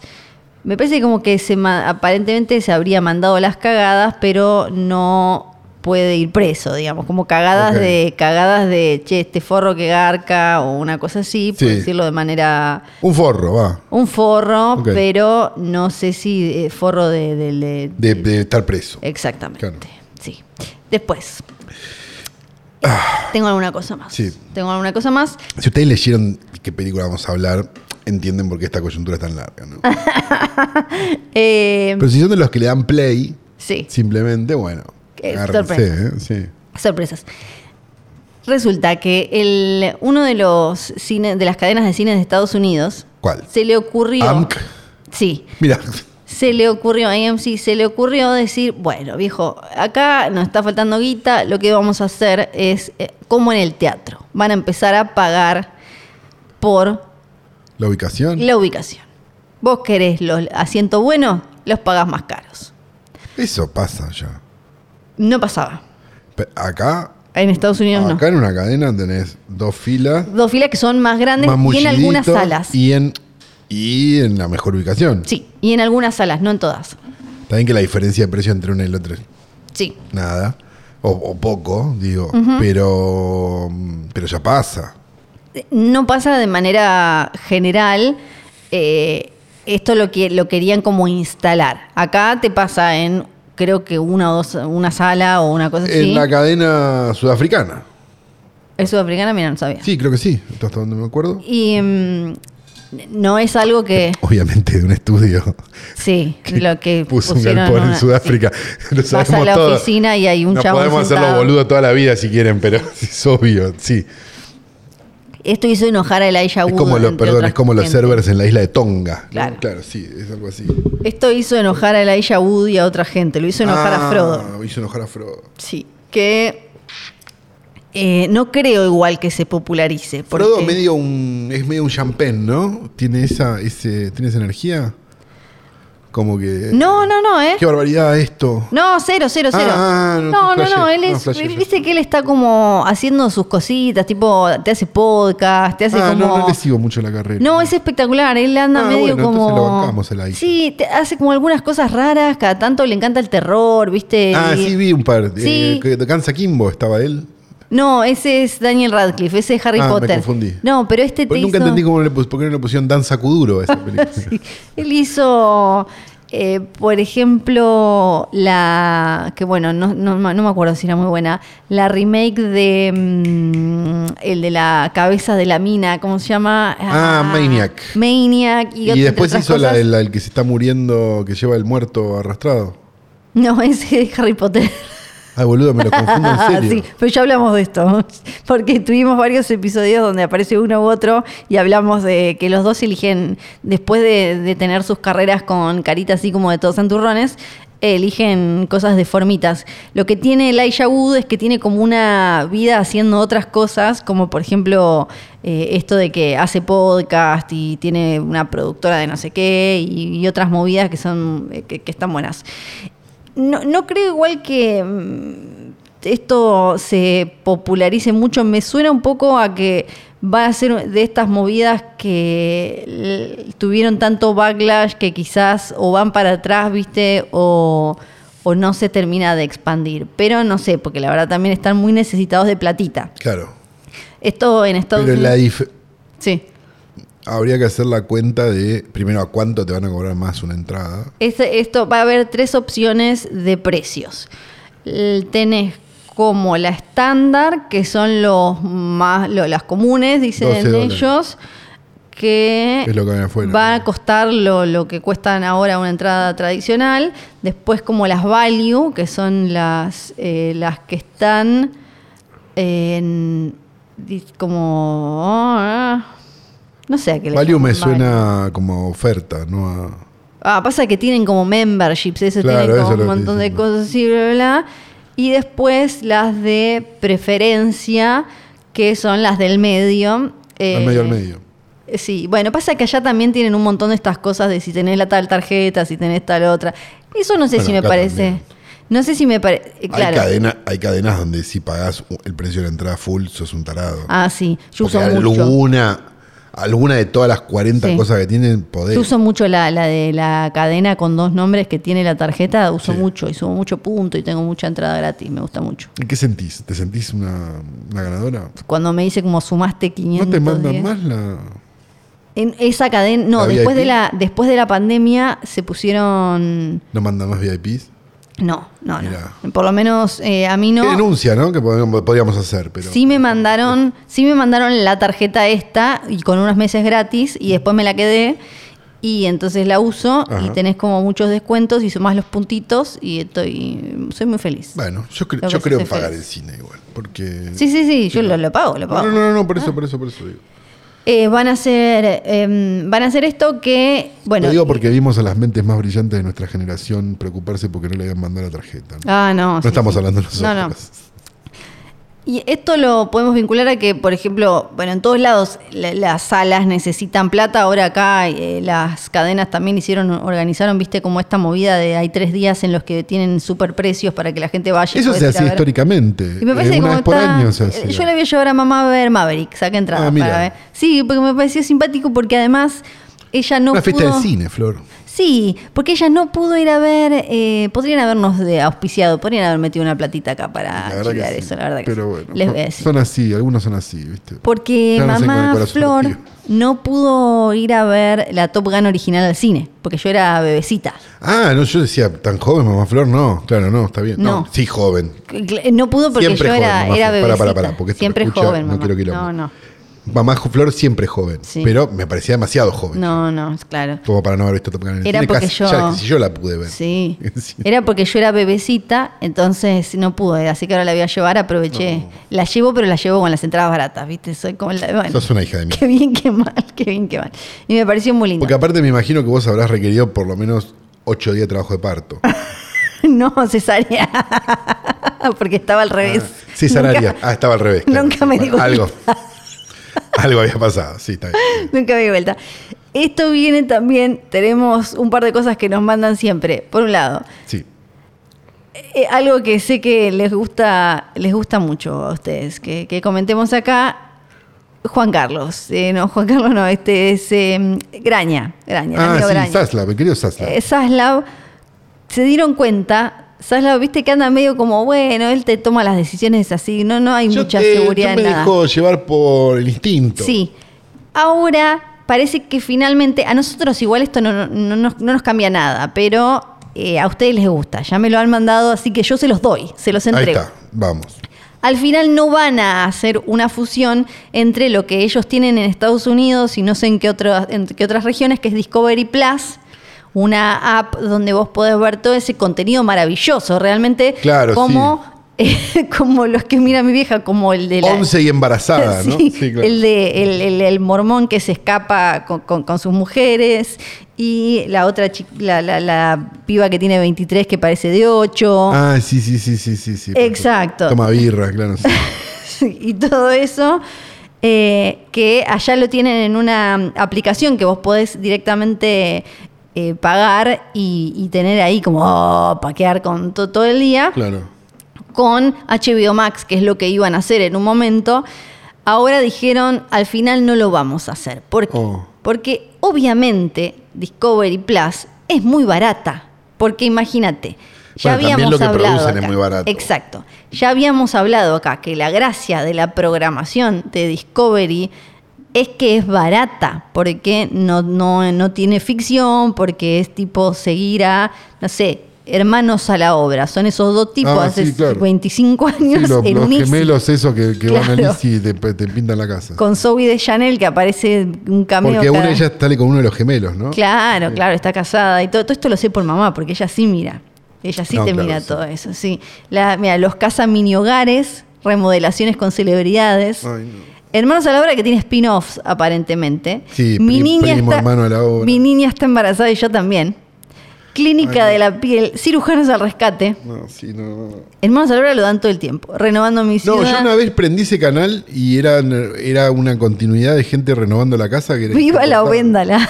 Me parece como que se ma- aparentemente se habría mandado las cagadas, pero no puede ir preso, digamos, como cagadas Ok. de eh, cagadas de, che, este forro que garca o una cosa así, por Sí. decirlo de manera... Un forro, va. Un forro, Ok. pero no sé si eh, forro de... de- de- De, de estar preso. Exactamente. Claro. Sí. Después. Tengo alguna cosa más. Sí. Tengo alguna cosa más. Si ustedes leyeron de qué película vamos a hablar, entienden por qué esta coyuntura es tan larga, ¿no? Eh, Pero si son de los que le dan play, Em, sí. simplemente, bueno, Qué agárrense, ¿eh? Sí. Sorpresas. Resulta que el, uno de los cine- de las cadenas de cines de Estados Unidos ¿Cuál? se le ocurrió. AMC. Sí. Mira, Se le ocurrió, a AMC se le ocurrió decir, bueno, viejo, acá nos está faltando guita, lo que vamos a hacer es eh, como en el teatro. Van a empezar a pagar por la ubicación. la ubicación. Vos querés los asientos buenos, los pagás más caros. Eso pasa ya. No pasaba. Pe- Acá, En Estados Unidos no. acá en una cadena tenés dos filas, Dos filas que son más grandes más y en mullidito, algunas salas. Y en, y en la mejor ubicación. Sí, y en algunas salas, no en todas. También que la diferencia de precio entre una y la otra es Sí. nada. O, o poco, digo. Pero mm, pero ya pasa. No pasa de manera general. eh, esto lo, que, lo querían como instalar. Acá te pasa en, creo que una o dos, una sala o una cosa así. En la cadena sudafricana. ¿Es sudafricana? Mira, no sabía. Sí, creo que sí. Hasta donde me acuerdo. Y mm, no es algo que... Obviamente de un estudio Sí, lo que puso un pusieron galpón en una- Sudáfrica. Lo Vas a sabemos la todo. oficina y hay un no chabón podemos hacerlo sentado. boludo toda la vida si quieren, pero es obvio, sí. Esto hizo enojar a Elijah Wood. es como, los, entre perdón, otras es como los gente. servers en la isla de Tonga. ¿no? Claro. sí, es algo así. Esto hizo enojar a Elijah Wood y a otra gente. Lo hizo enojar a Ah, Frodo. Hizo enojar a Frodo. Sí, que eh, no creo igual que se popularice. porque- Frodo medio un, es medio un champagne, ¿no? Tiene esa, ese, tiene esa energía. Como que. No, no, no, ¿eh? Qué barbaridad esto. No, cero, cero, cero. Ah, no, no, no, no, flashé. él No, es, flashé, flashé. viste que él está como haciendo sus cositas, tipo, te hace podcast, te hace Ah, como... no, no le sigo mucho la carrera. No, es espectacular. Él anda Ah, medio bueno, como. entonces lo bancamos a la hija. sí, te- hace como algunas cosas raras. Cada tanto le encanta el terror, ¿viste? Ah, Y- sí, vi un par. Sí. Eh, que de Kansas Kimbo estaba él. No, ese es Daniel Radcliffe, ese es Harry Ah, me Potter. confundí. No, pero este te Porque nunca hizo- entendí cómo le pus- por qué no le pusieron Danza Kuduro a esa película. Sí. Él hizo, eh, por ejemplo, la. que bueno, no, no, no me acuerdo si era muy buena. La remake de. mm, el de la cabeza de la mina, ¿cómo se llama? Ah, Maniac. Maniac. Y, Y, ot- después otras hizo la cosas. del la del que se está muriendo, que lleva el muerto arrastrado. No, ese es Harry Potter. Ay, boludo, me lo confundo en serio. sí, pero ya hablamos de esto, porque tuvimos varios episodios donde aparece uno u otro y hablamos de que los dos eligen, después de, de tener sus carreras con caritas así como de todos santurrones, eligen cosas deformitas. Lo que tiene Elijah Wood es que tiene como una vida haciendo otras cosas, como por ejemplo eh, esto de que hace podcast y tiene una productora de no sé qué y, y otras movidas que son eh, que- que están buenas. No, no creo igual que mm, esto se popularice mucho. Me suena un poco a que va a ser de estas movidas que l- tuvieron tanto backlash que quizás o van para atrás, viste, o, o no se termina de expandir. Pero no sé, porque la verdad también están muy necesitados de platita. Claro. Esto en Estados Pero la Unidos. dif- Sí. habría que hacer la cuenta de primero a cuánto te van a cobrar más una entrada. Este- esto va a haber tres opciones de precios. l- tenés como la estándar, que son los más, lo- las comunes, 12 dicen dólares. ellos, que, Es lo que había afuera. va a costar lo, lo que cuestan ahora una entrada tradicional. Después como las value, que son las, eh, las que están en di- como... ah, no sé a qué le Value me llaman suena como oferta, ¿no? A- Ah, pasa que tienen como memberships, eso Claro, tiene eso como es lo un que montón de dicen, ¿no? cosas y bla, bla, bla. Y después las de preferencia, que son las del medio. eh, al medio, al medio. eh, Sí, bueno, pasa que allá también tienen un montón de estas cosas de si tenés la tal tarjeta, si tenés tal otra. Eso no sé Bueno, si me acá parece. también. No sé si me parece. Hay, Claro. cadena- hay cadenas donde si pagás u- el precio de la entrada full, sos un tarado. Ah, sí. Yo Porque uso mucho. alguna, alguna de todas las 40 Sí. cosas que tienen, podés. Yo uso mucho la, la de la cadena con dos nombres que tiene la tarjeta, uso Sí. mucho y subo mucho punto y tengo mucha entrada gratis, me gusta mucho. ¿Y ¿Qué sentís? ¿Te sentís una, una ganadora? cuando me dice como sumaste 500. ¿No te mandan días. más la...? En esa cadena, no, ¿La después de VIP? la después de la pandemia se pusieron ¿No mandan más VIPs? no, no, no. Mirá. Por lo menos eh, a mí ¿Qué no. denuncia, no? Que podríamos, podríamos hacer, pero... Sí me mandaron, sí me mandaron la tarjeta esta y con unos meses gratis y después me la quedé y entonces la uso y Ajá. tenés como muchos descuentos y sumás los puntitos y estoy soy muy feliz. Bueno, yo, cre- Lo que yo sí creo te en pagar feliz. el cine igual, porque... Sí, sí, sí, yo lo, lo pago, lo No, pago. no, no, no, por eso, por eso, por eso digo. Eh, van a hacer eh, van a hacer esto que bueno, Lo digo porque vimos a las mentes más brillantes de nuestra generación preocuparse porque no le habían mandado la tarjeta. No, Ah, no. No sí, estamos sí. hablando No, no. nosotros. Y esto lo podemos vincular a que, por ejemplo, bueno, en todos lados la- las salas necesitan plata. Ahora acá eh, las cadenas también hicieron, organizaron, viste, como esta movida de hay tres días en los que tienen super precios para que la gente vaya. y Eso puedes se ir a hacía ver. históricamente. Y me parece eh, que como una vez por está- Eh, año se hacía. Yo le voy a llevar a mamá a ver Maverick, saca entrada Ah, mira. para ver. Sí, porque me pareció simpático porque además ella no Una fiesta pudo- de cine, Flor. Sí, porque ella no pudo ir a ver, eh, podrían habernos de auspiciado, podrían haber metido una platita acá para la verdad llegar que sí. eso, Ah, la verdad que Pero sí. bueno, les son- voy a decir. son así, algunos son así, ¿viste? Porque Ya no sé con el mamá corazón Flor partido. no pudo ir a ver la Top Gun original al cine, porque yo era bebecita. Ah, no, yo decía, tan joven, mamá Flor, no, claro, no, está bien. No, No. sí, joven. Cl- No pudo porque Siempre yo joven, era, mamá era Flor. Pará, bebecita. pará, pará, porque esto lo Siempre escucha, joven, no mamá. quiero quilombo. no, no, Mamá Flor siempre joven, Sí. pero me parecía demasiado joven. no, no, claro. Como para no haber visto Top Gun en el Era cine, porque casi- yo- ya que si yo la pude ver. Sí. Sí. Era porque yo era bebecita, entonces no pude, así que ahora la voy a llevar, aproveché. La llevo, pero la llevo con las entradas baratas, ¿viste? Soy como la... Bueno, Sos una hija de mí. qué bien, qué mal, qué bien, qué mal. Y me pareció muy lindo. Porque aparte me imagino que vos habrás requerido por lo menos ocho días de trabajo de parto. No, cesárea. Porque estaba al revés. Sí, sanaria. Ah, estaba al revés. claro. nunca me di cuenta. Algo. Algo había pasado, sí, está bien. Nunca, nunca me di vuelta. Esto viene también, tenemos un par de cosas que nos mandan siempre. Por un lado, Sí. eh, algo que sé que les gusta, les gusta mucho a ustedes, que, que comentemos acá. Juan Carlos, eh, no, Juan Carlos no, este es eh, Graña, Graña, el Ah, amigo Graña. sí, Zaslav, mi querido Zaslav. Eh, Zaslav, se dieron cuenta, Zaslav, viste que anda medio como, bueno, él te toma las decisiones así, no, no hay mucha te- seguridad yo me en nada. dejo llevar por el instinto. Sí. Ahora parece que finalmente, a nosotros igual esto no, no- no nos, no nos cambia nada, pero eh, a ustedes les gusta, ya me lo han mandado, así que yo se los doy, se los Ahí entrego. está, vamos. Al final no van a hacer una fusión entre lo que ellos tienen en Estados Unidos y no sé en qué, otras- en qué otras regiones, que es Discovery Plus, una app donde vos podés ver todo ese contenido maravilloso, realmente Claro, como, eh, como los que mira mi vieja, como el de la... Once y embarazada, ¿no? Sí, claro. el, de, el, el- el mormón que se escapa con, con- con sus mujeres y la otra chi- la, la- la piba que tiene 23 que parece de 8 Ah, sí, sí, sí, sí, sí, sí. Oh. Exacto. Toma birra, claro. sí. y todo eso, eh, que allá lo tienen en una aplicación que vos podés directamente eh, pagar y, y tener ahí como oh, paquear con to- todo el día Claro. con HBO Max, que es lo que iban a hacer en un momento, ahora dijeron, al final no lo vamos a hacer. ¿Por qué? Oh. Porque obviamente Discovery Plus es muy barata. Porque imagínate, ya Bueno, también habíamos lo que hablado producen es acá- muy barato. Exacto. Ya habíamos hablado acá que la gracia de la programación de Discovery es que es barata, porque no, no, no tiene ficción, porque es tipo seguir a, no sé, hermanos a la obra. Son esos dos tipos Ah, hace sí, claro. 25 Sí, años los, en los un ICSI, gemelos esos que, que van al Claro. ICSI y te, te pintan la casa. con Zoe de Chanel que aparece un cameo. Porque una cada- de ellas sale con uno de los gemelos, ¿no? Claro, claro, está casada y todo, todo esto lo sé por mamá, porque ella sí mira. Ella sí No, te claro, mira sí. todo eso, sí. La, mira, los casa mini hogares, remodelaciones con celebridades. Ay, no. Hermanos a la obra que tiene spin-offs, aparentemente. Sí, pri- primo, hermano a la obra. Mi niña está embarazada y yo también. Clínica Ay, no. de la piel, cirujanos al rescate. No, sí, no, no, no. Hermanos a la obra lo dan todo el tiempo. Renovando mi ciudad. No, yo una vez prendí ese canal y eran, era una continuidad de gente renovando la casa. Que era Viva la insoportable. Ovéndala.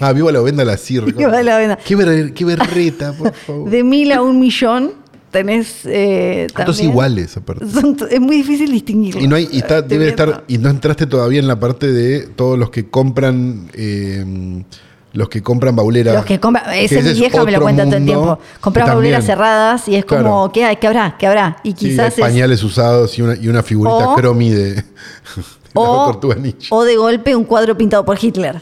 Ah, viva la venda la sirve. Viva la Ovéndala. Qué, ver- qué berreta, por favor. De mil a un millón tenés eh, Todos también- iguales, aparte. Son t- es muy difícil distinguirlos. Y no hay, y está- Estoy debe viendo. estar, y no entraste todavía en la parte de todos los que compran, eh, los que compran baulera. Los que compran, esa ese mi vieja me lo otro cuenta todo el mundo tiempo. Comprar que también- bauleras cerradas y es como, Claro. ¿qué, hay? ¿qué habrá? ¿Qué habrá? Y Sí, quizás hay es- pañales usados y una, y una figurita O- cromi de, de la o, tortuga ninja. o de golpe un cuadro pintado por Hitler.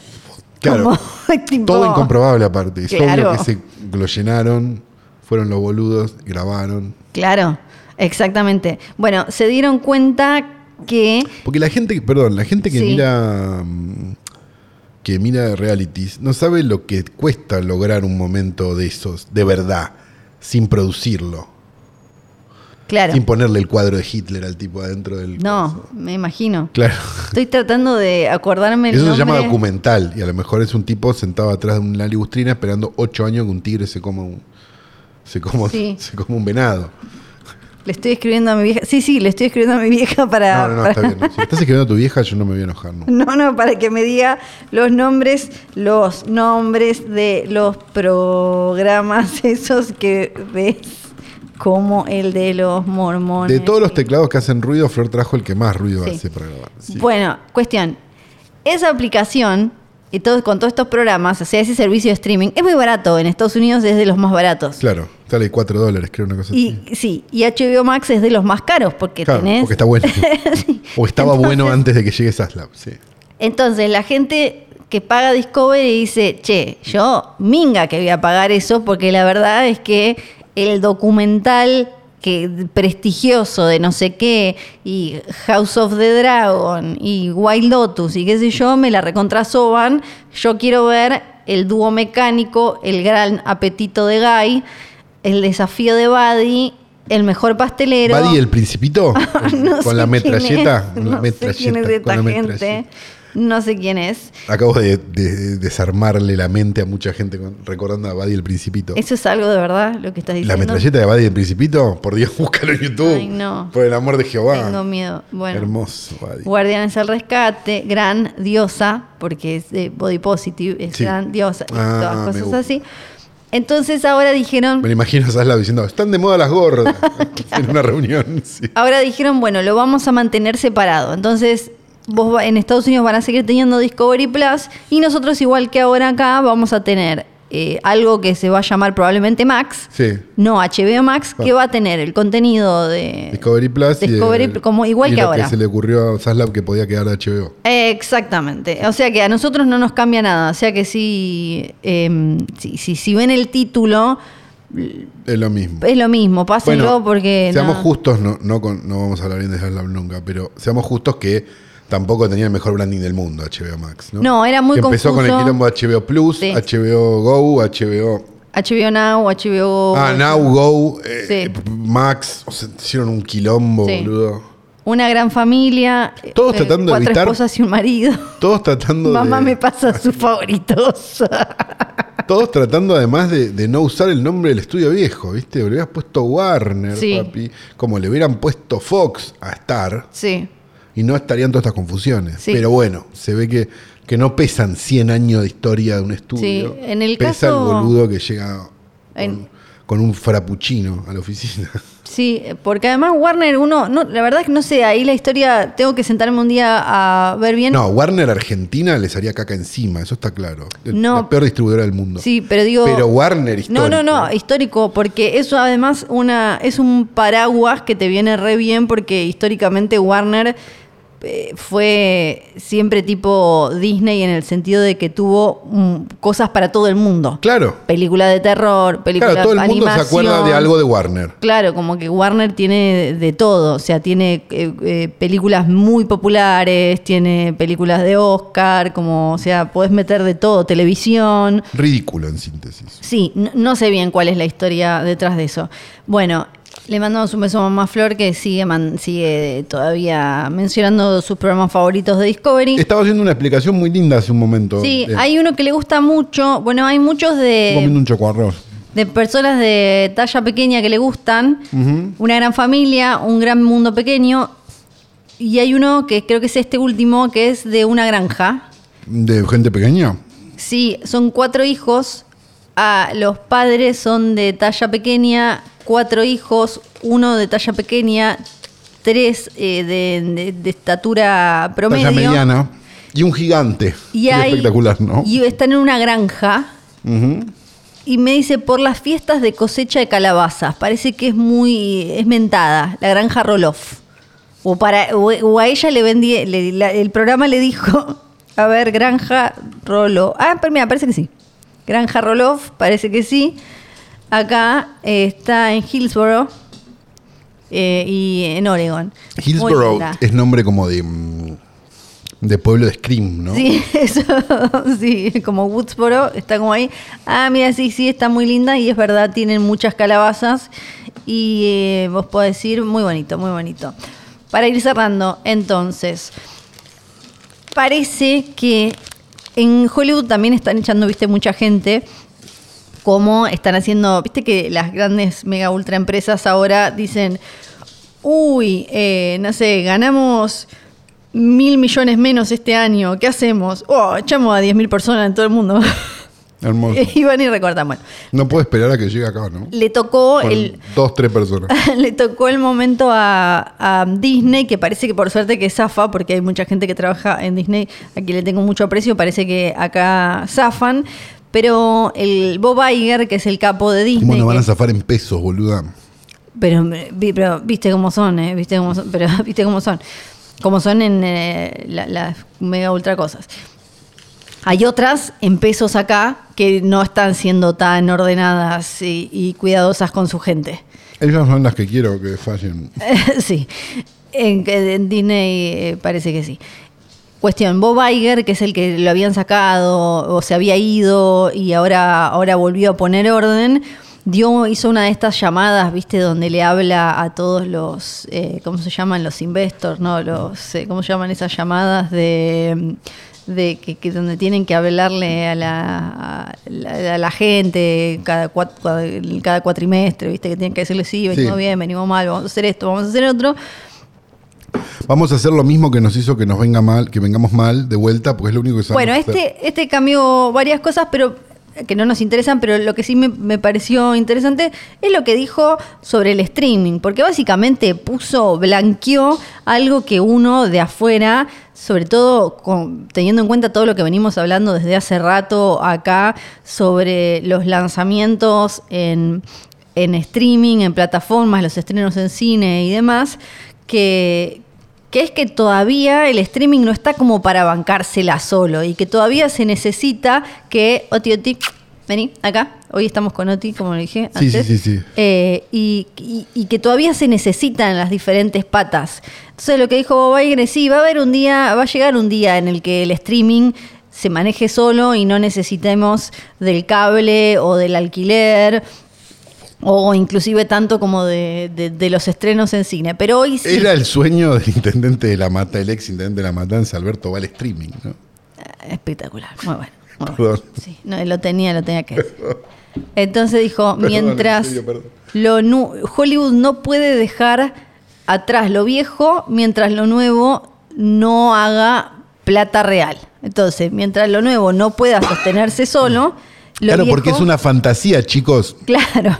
Claro. Como, tipo- Todo incomprobable aparte. Es obvio Claro. que se lo llenaron, fueron los boludos, grabaron. Claro, exactamente. Bueno, se dieron cuenta que Porque la gente, perdón, la gente que Sí. mira mm, que mira realities no sabe lo que cuesta lograr un momento de esos, de verdad, sin producirlo. Claro. Sin ponerle el cuadro de Hitler al tipo adentro del. No, me imagino. Claro. Estoy tratando de acordarme el Eso se llama nombre. documental. Y a lo mejor es un tipo sentado atrás de una ligustrina esperando ocho años que un tigre se coma un. Se coma, Sí. se coma un venado. Le estoy escribiendo a mi vieja. Sí, sí, le estoy escribiendo a mi vieja para. No, no, no, para- está bien. Si estás escribiendo a tu vieja, yo no me voy a enojar. No. No, no, para que me diga los nombres, los nombres de los programas esos que ves, como el de los mormones. De todos los teclados que hacen ruido, Flor trajo el que más ruido Sí. hace para grabar. Sí. Bueno, cuestión. Esa aplicación y todo, con todos estos programas, o sea, ese servicio de streaming, es muy barato. En Estados Unidos es de los más baratos. Claro, sale 4 dólares, creo, una cosa Y así. sí, y HBO Max es de los más caros porque Claro, tenés. porque está bueno. o estaba bueno antes de que llegue Saslab, sí. Entonces la gente que paga Discovery dice, che, yo minga que voy a pagar eso porque la verdad es que el documental que prestigioso de no sé qué y House of the Dragon y Wild Lotus y qué sé yo, me la recontrasoban. Yo quiero ver el dúo mecánico, el gran apetito de Guy, el desafío de Buddy, el mejor pastelero. ¿Buddy el Principito? No con sé la quién metralleta. es, con No la sé quién es metralleta, con esta la gente. metralleta. No sé quién es. Acabo de, de desarmarle la mente a mucha gente con- recordando a Buddy el Principito. ¿Eso es algo de verdad lo que estás ¿La diciendo? metralleta de Buddy el Principito? Por Dios, búscalo en YouTube. Ay, no. Por el amor de Jehová. Tengo miedo. Bueno. Hermoso, Buddy. Guardianes al rescate, gran diosa, porque es de body positive, es Sí. gran diosa, y Ah, todas me cosas gusta. así. Entonces ahora dijeron, Me lo imagino a Saslab diciendo, están de moda las gordas. En una reunión, sí. ahora dijeron, bueno, lo vamos a mantener separado. Entonces, vos va- en Estados Unidos van a seguir teniendo Discovery Plus y nosotros igual que ahora acá vamos a tener eh, algo que se va a llamar probablemente Max, Sí. no HBO Max, que Ah. va a tener el contenido de Discovery Plus. y Discovery, el- como igual y que lo ahora. que se le ocurrió a Saslab que podía quedar de HBO. Exactamente. O sea que a nosotros no nos cambia nada. O sea que si, eh, si, si- si ven el título, Es lo mismo. es lo mismo. Pásenlo Bueno, porque. Seamos no. justos, no, no, con- no vamos a hablar bien de Slav nunca, pero seamos justos que tampoco tenía el mejor branding del mundo HBO Max, ¿no? No, era muy Que Empezó confuso. con el quilombo HBO Plus, Sí. HBO Go, HBO... HBO Now, HBO. ah, Now Go, eh, Sí. eh, Max, o sea, hicieron un quilombo, Sí. boludo. Una gran familia. eh, Todos tratando de cuatro evitar- esposas y un marido. Todos tratando Mamá de, me pasa sus favoritos. Todos tratando además de, de no usar el nombre del estudio viejo, ¿viste? Le hubieras puesto Warner, Sí. papi. Como le hubieran puesto Fox a Star. sí. y no estarían todas estas confusiones. Sí. Pero bueno, se ve que, que no pesan 100 años de historia de un estudio. Sí, en el Pesa caso- el boludo que llega con, En- con un frappuccino a la oficina. Sí, porque además Warner, uno, no, la verdad es que no sé, ahí la historia, tengo que sentarme un día a ver bien. No, Warner Argentina les haría caca encima, eso está claro. No. La peor distribuidora del mundo. Sí, pero digo. Pero Warner histórico. No, no, no, histórico, porque eso además una, es un paraguas que te viene re bien porque históricamente Warner eh, fue siempre tipo Disney en el sentido de que tuvo mm, cosas para todo el mundo. Claro. Película de terror, película Claro, todo el mundo se acuerda de animación. algo de Warner. Claro, como que Warner tiene de- de todo, o sea, tiene eh, eh, películas muy populares, tiene películas de Oscar, como, o sea, podés meter de todo, televisión. Ridículo en síntesis. Sí, no, no sé bien cuál es la historia detrás de eso. Bueno, le mandamos un beso a Mamá Flor que sigue, man- sigue todavía mencionando sus programas favoritos de Discovery. Estaba haciendo una explicación muy linda hace un momento. Sí, Eh, hay eh, uno que le gusta mucho, bueno, hay muchos estoy comiendo de, un chocoarroz. de personas de talla pequeña que le gustan. Ujú. Una gran familia, un gran mundo pequeño. Y hay uno que creo que es este último, que es de una granja. ¿De gente pequeña? Sí, son cuatro hijos. Ah, los padres son de talla pequeña, cuatro hijos, uno de talla pequeña, tres eh, de, de- de estatura promedio. Talla mediana. Y un gigante. Y Es hay- espectacular, ¿no? Y están en una granja. Ujú. Y me dice, por las fiestas de cosecha de calabazas. Parece que es muy. es mentada, la granja Roloff. O, para, o, o a ella le vendí. le- la- el programa le dijo, a ver, granja Roloff. Ah, pero mira, parece que sí. Granja Roloff, parece que sí. Acá eh, está en Hillsboro eh, y en Oregon. Muy Hillsborough linda. es nombre como de, mm, de pueblo de Scream, ¿no? Sí, eso, sí, como Woodsboro, está como ahí. Ah, mira, sí, sí, está muy linda y es verdad, tienen muchas calabazas y eh, vos podés decir, muy bonito, muy bonito. Para ir cerrando, entonces, parece que en Hollywood también están echando, viste, mucha gente cómo están haciendo, viste que las grandes mega ultra empresas ahora dicen, uy, eh, no sé, ganamos mil millones menos este año, ¿qué hacemos? Oh, echamos a 10.000 personas en todo el mundo. Hermoso. y van y recortan. Bueno, No puedo esperar a que llegue acá, ¿no? le tocó Con el... Dos, tres personas. Le tocó el momento a, a Disney, que parece que por suerte que zafa, porque hay mucha gente que trabaja en Disney, aquí le tengo mucho aprecio, parece que acá zafan. Pero el Bob Iger, que es el capo de Disney. ¿Cómo nos van que- a zafar en pesos, boluda? pero, vi- pero viste cómo son, ¿eh? Viste cómo son, pero viste cómo son. Como son en eh, la- las mega ultra cosas. Hay otras en pesos acá que no están siendo tan ordenadas y, y cuidadosas con su gente. Ellas son las que quiero que fallen. sí. En, en Disney eh, parece que sí. Cuestión, Bob Iger, que es el que lo habían sacado o se había ido y ahora, ahora volvió a poner orden, dio, hizo una de estas llamadas, ¿viste? Donde le habla a todos los, eh, ¿cómo se llaman? Los investors, ¿no? Los, eh, ¿Cómo se llaman esas llamadas de, de que, que donde tienen que hablarle a la, a la, a la gente cada, cuat- cua- cada cuatrimestre, ¿viste? Que tienen que decirle, sí, venimos Sí. bien, venimos mal, vamos a hacer esto, vamos a hacer otro. Vamos a hacer lo mismo que nos hizo que nos venga mal, que vengamos mal de vuelta, porque es lo único que sabemos. Bueno, hacer. este, este cambió varias cosas, pero eh, que no nos interesan, pero lo que sí me, me pareció interesante es lo que dijo sobre el streaming, porque básicamente puso, blanqueó algo que uno de afuera, sobre todo con- teniendo en cuenta todo lo que venimos hablando desde hace rato acá, sobre los lanzamientos en, en streaming, en plataformas, los estrenos en cine y demás, que, que es que todavía el streaming no está como para bancársela solo y que todavía se necesita que Oti Oti, vení acá, hoy estamos con Oti, como lo dije Sí, sí, antes, sí, sí. Eh, y, y- y que todavía se necesitan las diferentes patas. Entonces lo que dijo Bob Iger es, sí, va a haber un día, va a llegar un día en el que el streaming se maneje solo y no necesitemos del cable o del alquiler o inclusive tanto como de, de- de los estrenos en cine. Pero hoy sí. Era el sueño del intendente de la mata, el ex intendente de la matanza, Alberto Val Streaming, ¿no? Espectacular, muy bueno. muy bueno. Perdón. Sí, no, lo tenía, lo tenía que decir. Entonces dijo, Perdón, en mientras serio, perdón. lo nu- Hollywood no puede dejar atrás lo viejo, mientras lo nuevo no haga plata real. Entonces, mientras lo nuevo no pueda sostenerse solo, lo claro, viejo- porque es una fantasía, chicos. Claro.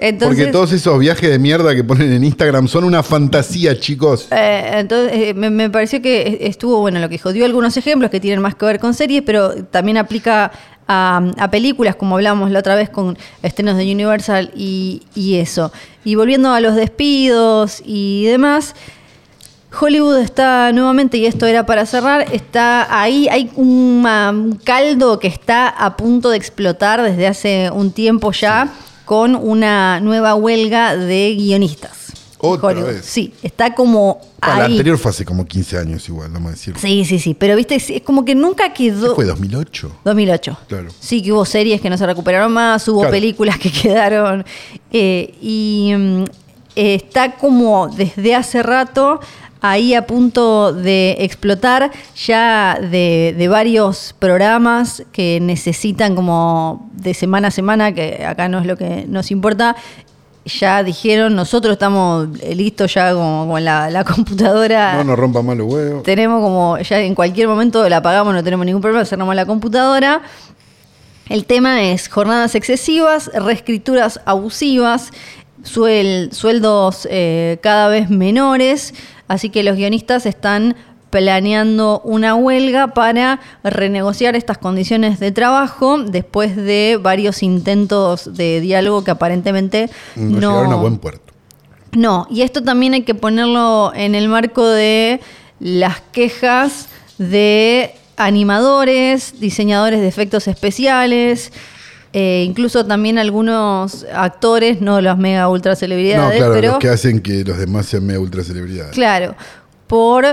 Entonces, porque todos esos viajes de mierda que ponen en Instagram son una fantasía, chicos. Eh, entonces, eh, me, me pareció que estuvo bueno lo que dijo. Dio algunos ejemplos que tienen más que ver con series, pero también aplica a, a películas, como hablábamos la otra vez con estrenos de Universal y, y eso. Y volviendo a los despidos y demás, Hollywood está nuevamente, y esto era para cerrar, está ahí, hay un, ah, un caldo que está a punto de explotar desde hace un tiempo ya con una nueva huelga de guionistas. Otra Hollywood. vez. Sí, está como Ah, la ahí. anterior fue hace como 15 años igual, vamos a decir. Sí, sí, sí, pero viste, es es como que nunca ¿Qué quedó... fue 2008? 2008. Claro. Sí, que hubo series que no se recuperaron más, hubo Claro. películas que quedaron. eh, y mm, eh, está como desde hace rato ahí a punto de explotar ya de, de varios programas que necesitan como de semana a semana, que acá no es lo que nos importa. Ya dijeron, nosotros estamos eh, listos ya con, con la, la computadora No nos rompa mal los huevos. tenemos como, ya en cualquier momento la apagamos, no tenemos ningún problema, cerramos la computadora. El tema es jornadas excesivas, reescrituras abusivas, suel- sueldos eh, cada vez menores, así que los guionistas están planeando una huelga para renegociar estas condiciones de trabajo después de varios intentos de diálogo que aparentemente No, no, llegaron a buen puerto. no, y esto también hay que ponerlo en el marco de las quejas de animadores, diseñadores de efectos especiales, eh, incluso también algunos actores, no las mega ultra No, celebridades, claro, pero los que hacen que los demás sean media ultra celebridades. claro, por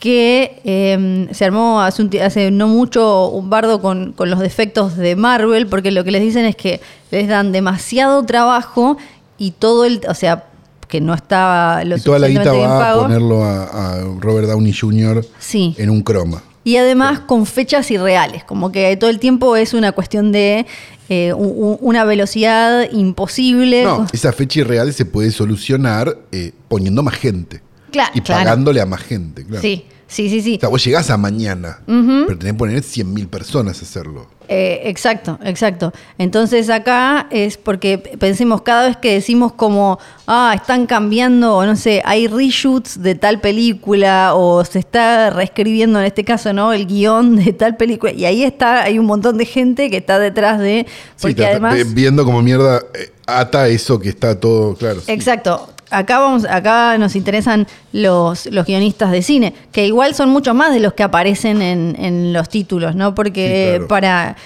que eh, se armó hace, un ti- hace no mucho un bardo con, con los defectos de Marvel, porque lo que les dicen es que les dan demasiado trabajo y todo el, o sea, que no estaba lo Y toda la guita suficientemente bien va a pago. ponerlo a, a Robert Downey Jr. Sí. en un croma. Y además con fechas irreales, como que todo el tiempo es una cuestión de eh, u- u- una velocidad imposible. No, esa fecha irreal se puede solucionar eh, poniendo más gente. Claro, Y Ah, claro. pagándole a más gente, claro. Sí, sí, sí, sí. O sea, vos llegás a mañana, pero tenés que poner 100.000 personas a hacerlo. Eh, exacto, exacto. Entonces acá es porque pensemos cada vez que decimos como, ah, están cambiando, o no sé, hay reshoots de tal película o se está reescribiendo en este caso, ¿no? El guión de tal película. Y ahí está, hay un montón de gente que está detrás de... Sí, Porque ta- ta- además... ve- viendo como mierda eh, ata eso que está todo, claro. sí. Exacto. Acá, vamos, acá nos interesan los, los guionistas de cine, que igual son mucho más de los que aparecen en, en los títulos, ¿no? Porque Sí, claro. para.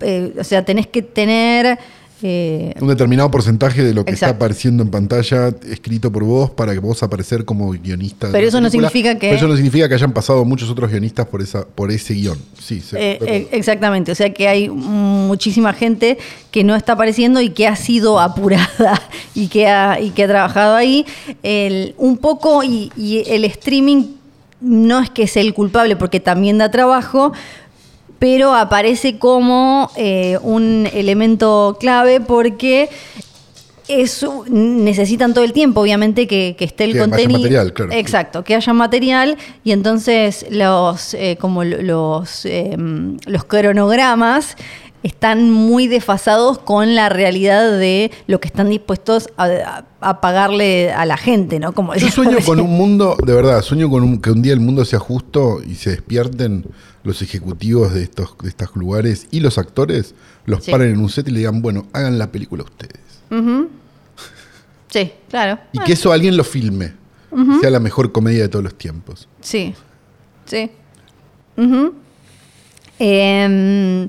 eh, o sea, tenés que tener. eh, Un determinado porcentaje de lo que está Exacto. apareciendo en pantalla escrito por vos para que vos aparecer como guionista. de Pero la eso no película. significa que- Pero eso no significa que hayan pasado muchos otros guionistas por, esa, por ese guión. Sí, sí. eh, de eh, acuerdo. exactamente. O sea, que hay muchísima gente que no está apareciendo y que ha sido apurada y que ha, y que ha trabajado ahí. El- un poco, y, y el streaming no es que sea el culpable, porque también da trabajo, pero aparece como eh, un elemento clave porque eso necesitan todo el tiempo, obviamente, que, que esté el Que haya contenido. material, claro. Exacto, que haya material y entonces los, eh, como lo- los, eh, los cronogramas están muy desfasados con la realidad de lo que están dispuestos a, a- a pagarle a la gente, ¿no? Como Yo decía sueño recién. con un mundo, de verdad, sueño con un- que un día el mundo sea justo y se despierten los ejecutivos de estos, de estos lugares y los actores, los Sí. paren en un set y le digan, bueno, hagan la película ustedes. Sí, claro. Y Ah, que eso alguien lo filme. Sea la mejor comedia de todos los tiempos. Sí, sí. Ujú. Em,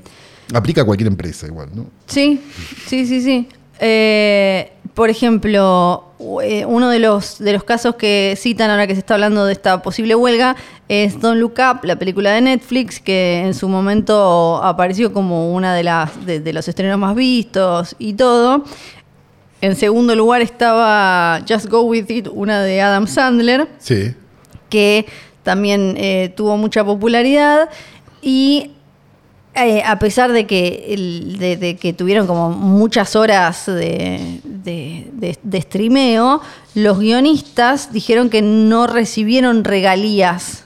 Aplica a cualquier empresa igual, ¿no? Sí, sí, sí, sí. Eh, por ejemplo, u- eh, uno de los, de los casos que citan ahora que se está hablando de esta posible huelga es Don't Look Up, la película de Netflix, que en su momento apareció como una de las de, de los estrenos más vistos y todo. En segundo lugar estaba Just Go With It, una de Adam Sandler Sí. Eh, que también eh, tuvo mucha popularidad y eh, a pesar de que, el- de, de que tuvieron como muchas horas de, de- de- de streameo, los guionistas dijeron que no recibieron regalías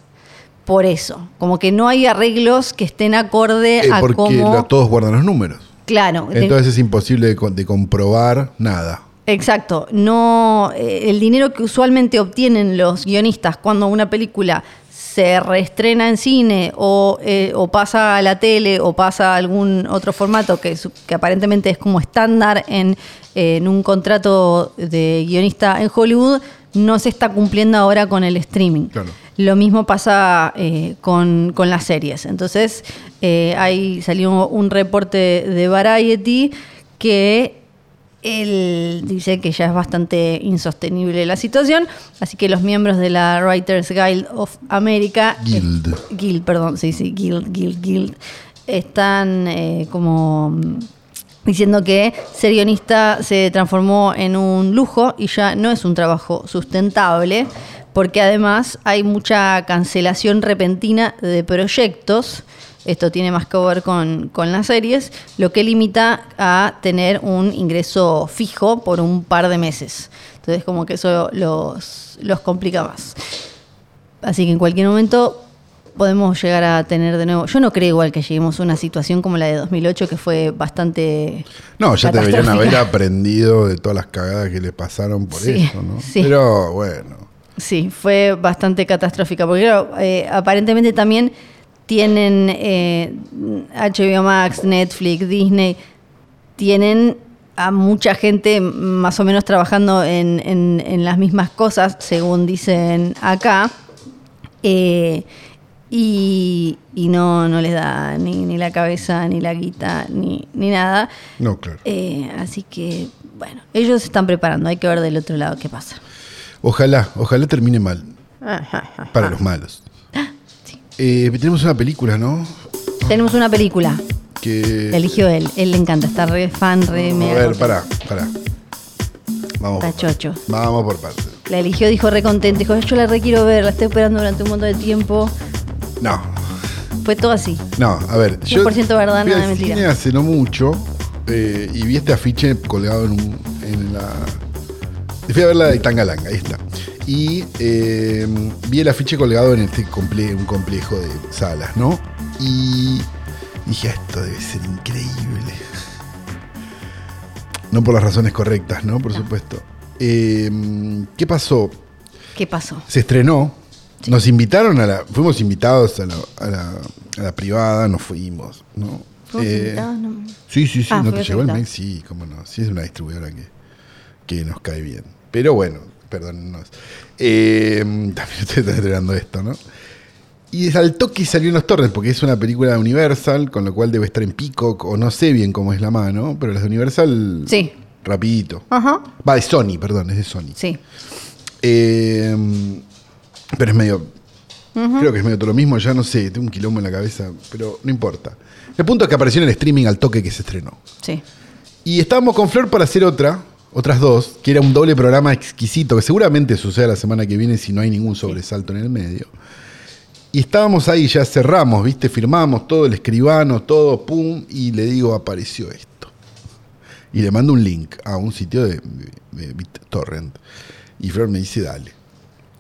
por eso. Como que no hay arreglos que estén acorde Eh, a porque ah, cómo... la- todos guardan los números. Claro, ten- Entonces es imposible de, co- de comprobar nada. Exacto, no eh, el dinero que usualmente obtienen los guionistas cuando una película se reestrena en cine o, eh, o pasa a la tele o pasa a algún otro formato que, su- que eh, aparentemente es como estándar en, en un contrato de guionista en Hollywood, no se está cumpliendo ahora con el streaming. Claro. Lo mismo pasa eh, con, con las series. Entonces, eh, ahí salió un reporte de Variety que él dice que ya es bastante insostenible la situación, así que los miembros de la Writers Guild of America... Guild. eh, guild, perdón, sí, sí, Guild, Guild, Guild. Están eh, como mm, diciendo que ser guionista se transformó en un lujo y ya no es un trabajo sustentable, porque además hay mucha cancelación repentina de proyectos. Esto tiene más que ver con, con las series, lo que limita a tener un ingreso fijo por un par de meses. Entonces, como que eso los, los complica más. Así que en cualquier momento podemos llegar a tener de nuevo. Yo no creo igual que lleguemos a una situación como la de 2008, que fue bastante. No, ya te deberían haber catastrófica. aprendido de todas las cagadas que le pasaron por Sí, eso, ¿no? sí. Pero bueno. Sí, fue bastante catastrófica. Porque, claro, eh, aparentemente también tienen eh, HBO Max, Netflix, Disney, tienen a mucha gente más o menos trabajando en, en- en las mismas cosas, según dicen acá. Eh, y, y no, no les da ni, ni la cabeza, ni la guita, ni, ni nada. No, claro. Eh, así que, bueno, ellos se están preparando, hay que ver del otro lado qué pasa. Ojalá, ojalá termine mal. Para los malos. Eh, tenemos una película, ¿no? Tenemos una película, Que. la eligió él, él le encanta, está re fan, re A mega ver, contento. pará, pará. Vamos. Está por partes. chocho. Vamos por partes. La eligió, dijo re contento, dijo yo la re quiero ver, la estoy esperando durante un montón de tiempo. No, Fue todo así. no, a ver. 100% verdad, fui nada al de mentira. cine hace no mucho eh, y vi este afiche colgado en, un, en la. Fui a ver la de Tangalanga, ahí está. Y eh, vi el afiche colgado en este comple un complejo de salas, ¿no? Y dije, "Ah, esto debe ser increíble. No por las razones correctas, ¿no? Por supuesto. Eh, ¿Qué pasó? ¿Qué pasó? se estrenó. Nos invitaron a la. Fuimos invitados a la, a la, a la privada, nos fuimos, ¿no? Fuimos Eh, invitados, no. Sí, sí, sí, Ah, ¿no te fuimos llegó el mail? invitados. Sí, cómo no. Sí, es una distribuidora que, que nos cae bien. Pero bueno, perdónennos. Eh, también ustedes están estrenando esto, ¿no? Y al toque salió en los torres, porque es una película de Universal, con lo cual debe estar en Peacock, o no sé bien cómo es la mano, pero las de Universal. Sí. Ah. Rapidito. Ajá. Va, de Sony, perdón, es de Sony. Sí. Eh, pero es medio. Creo que es medio todo lo mismo, ya no sé, tengo un quilombo en la cabeza, pero no importa. El punto es que apareció en el streaming al toque que se estrenó. Sí. Y estábamos con Flor para hacer otra, otras dos, que era un doble programa exquisito, que seguramente suceda la semana que viene si no hay ningún sobresalto en el medio. Y estábamos ahí, ya cerramos, ¿viste? Firmamos todo, el escribano, todo, pum, y le digo, apareció esto. Y le mando un link a un sitio de, de BitTorrent. Y Flor me dice, dale.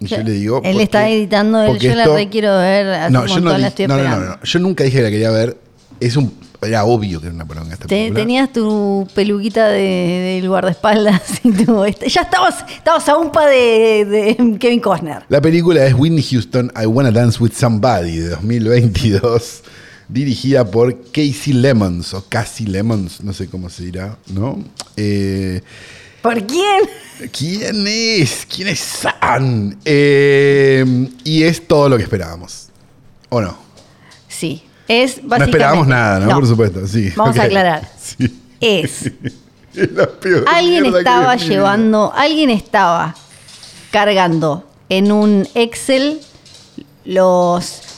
Y yo le digo. Él porque- está editando, él, porque yo la esto- re quiero ver, hace No, un yo montón no, la dije- estoy no, no, esperando. no, no. Yo nunca dije que la quería ver. Es un, era obvio que era una poronga esta Te- película. tenías tu peluquita de, del guardaespaldas y tu- este- ya estabas, estabas a un pa de, de Kevin Costner. La película es Whitney Houston, I Wanna Dance With Somebody, de 2022, dirigida por Casey Lemons, o Cassie Lemons, no sé cómo se dirá, ¿no? Eh, ¿Por quién? ¿Quién es? ¿Quién es San? Eh, y es todo lo que esperábamos, ¿o no? Sí. Es No básicamente- esperábamos nada, ¿no? Por supuesto, sí. Vamos a ok. aclarar. Sí. Es. Es la peor Alguien mierda que estaba vi en mi vida. llevando, alguien estaba cargando en un Excel los.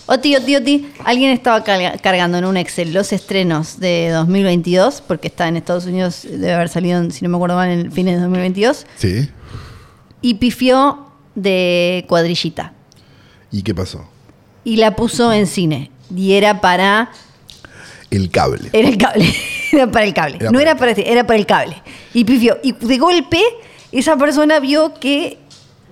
oh, Oti, oti, oti. Alguien estaba carga- cargando en un Excel los estrenos de 2022, porque está en Estados Unidos, debe haber salido, si no me acuerdo mal, en el fin de 2022, Sí. y pifió de cuadrillita. ¿Y qué pasó? Y la puso en cine. Y era para El cable. Era el cable. Era para el cable. Era no para era el para este, era para el cable. Y pifió. Y de golpe, esa persona vio que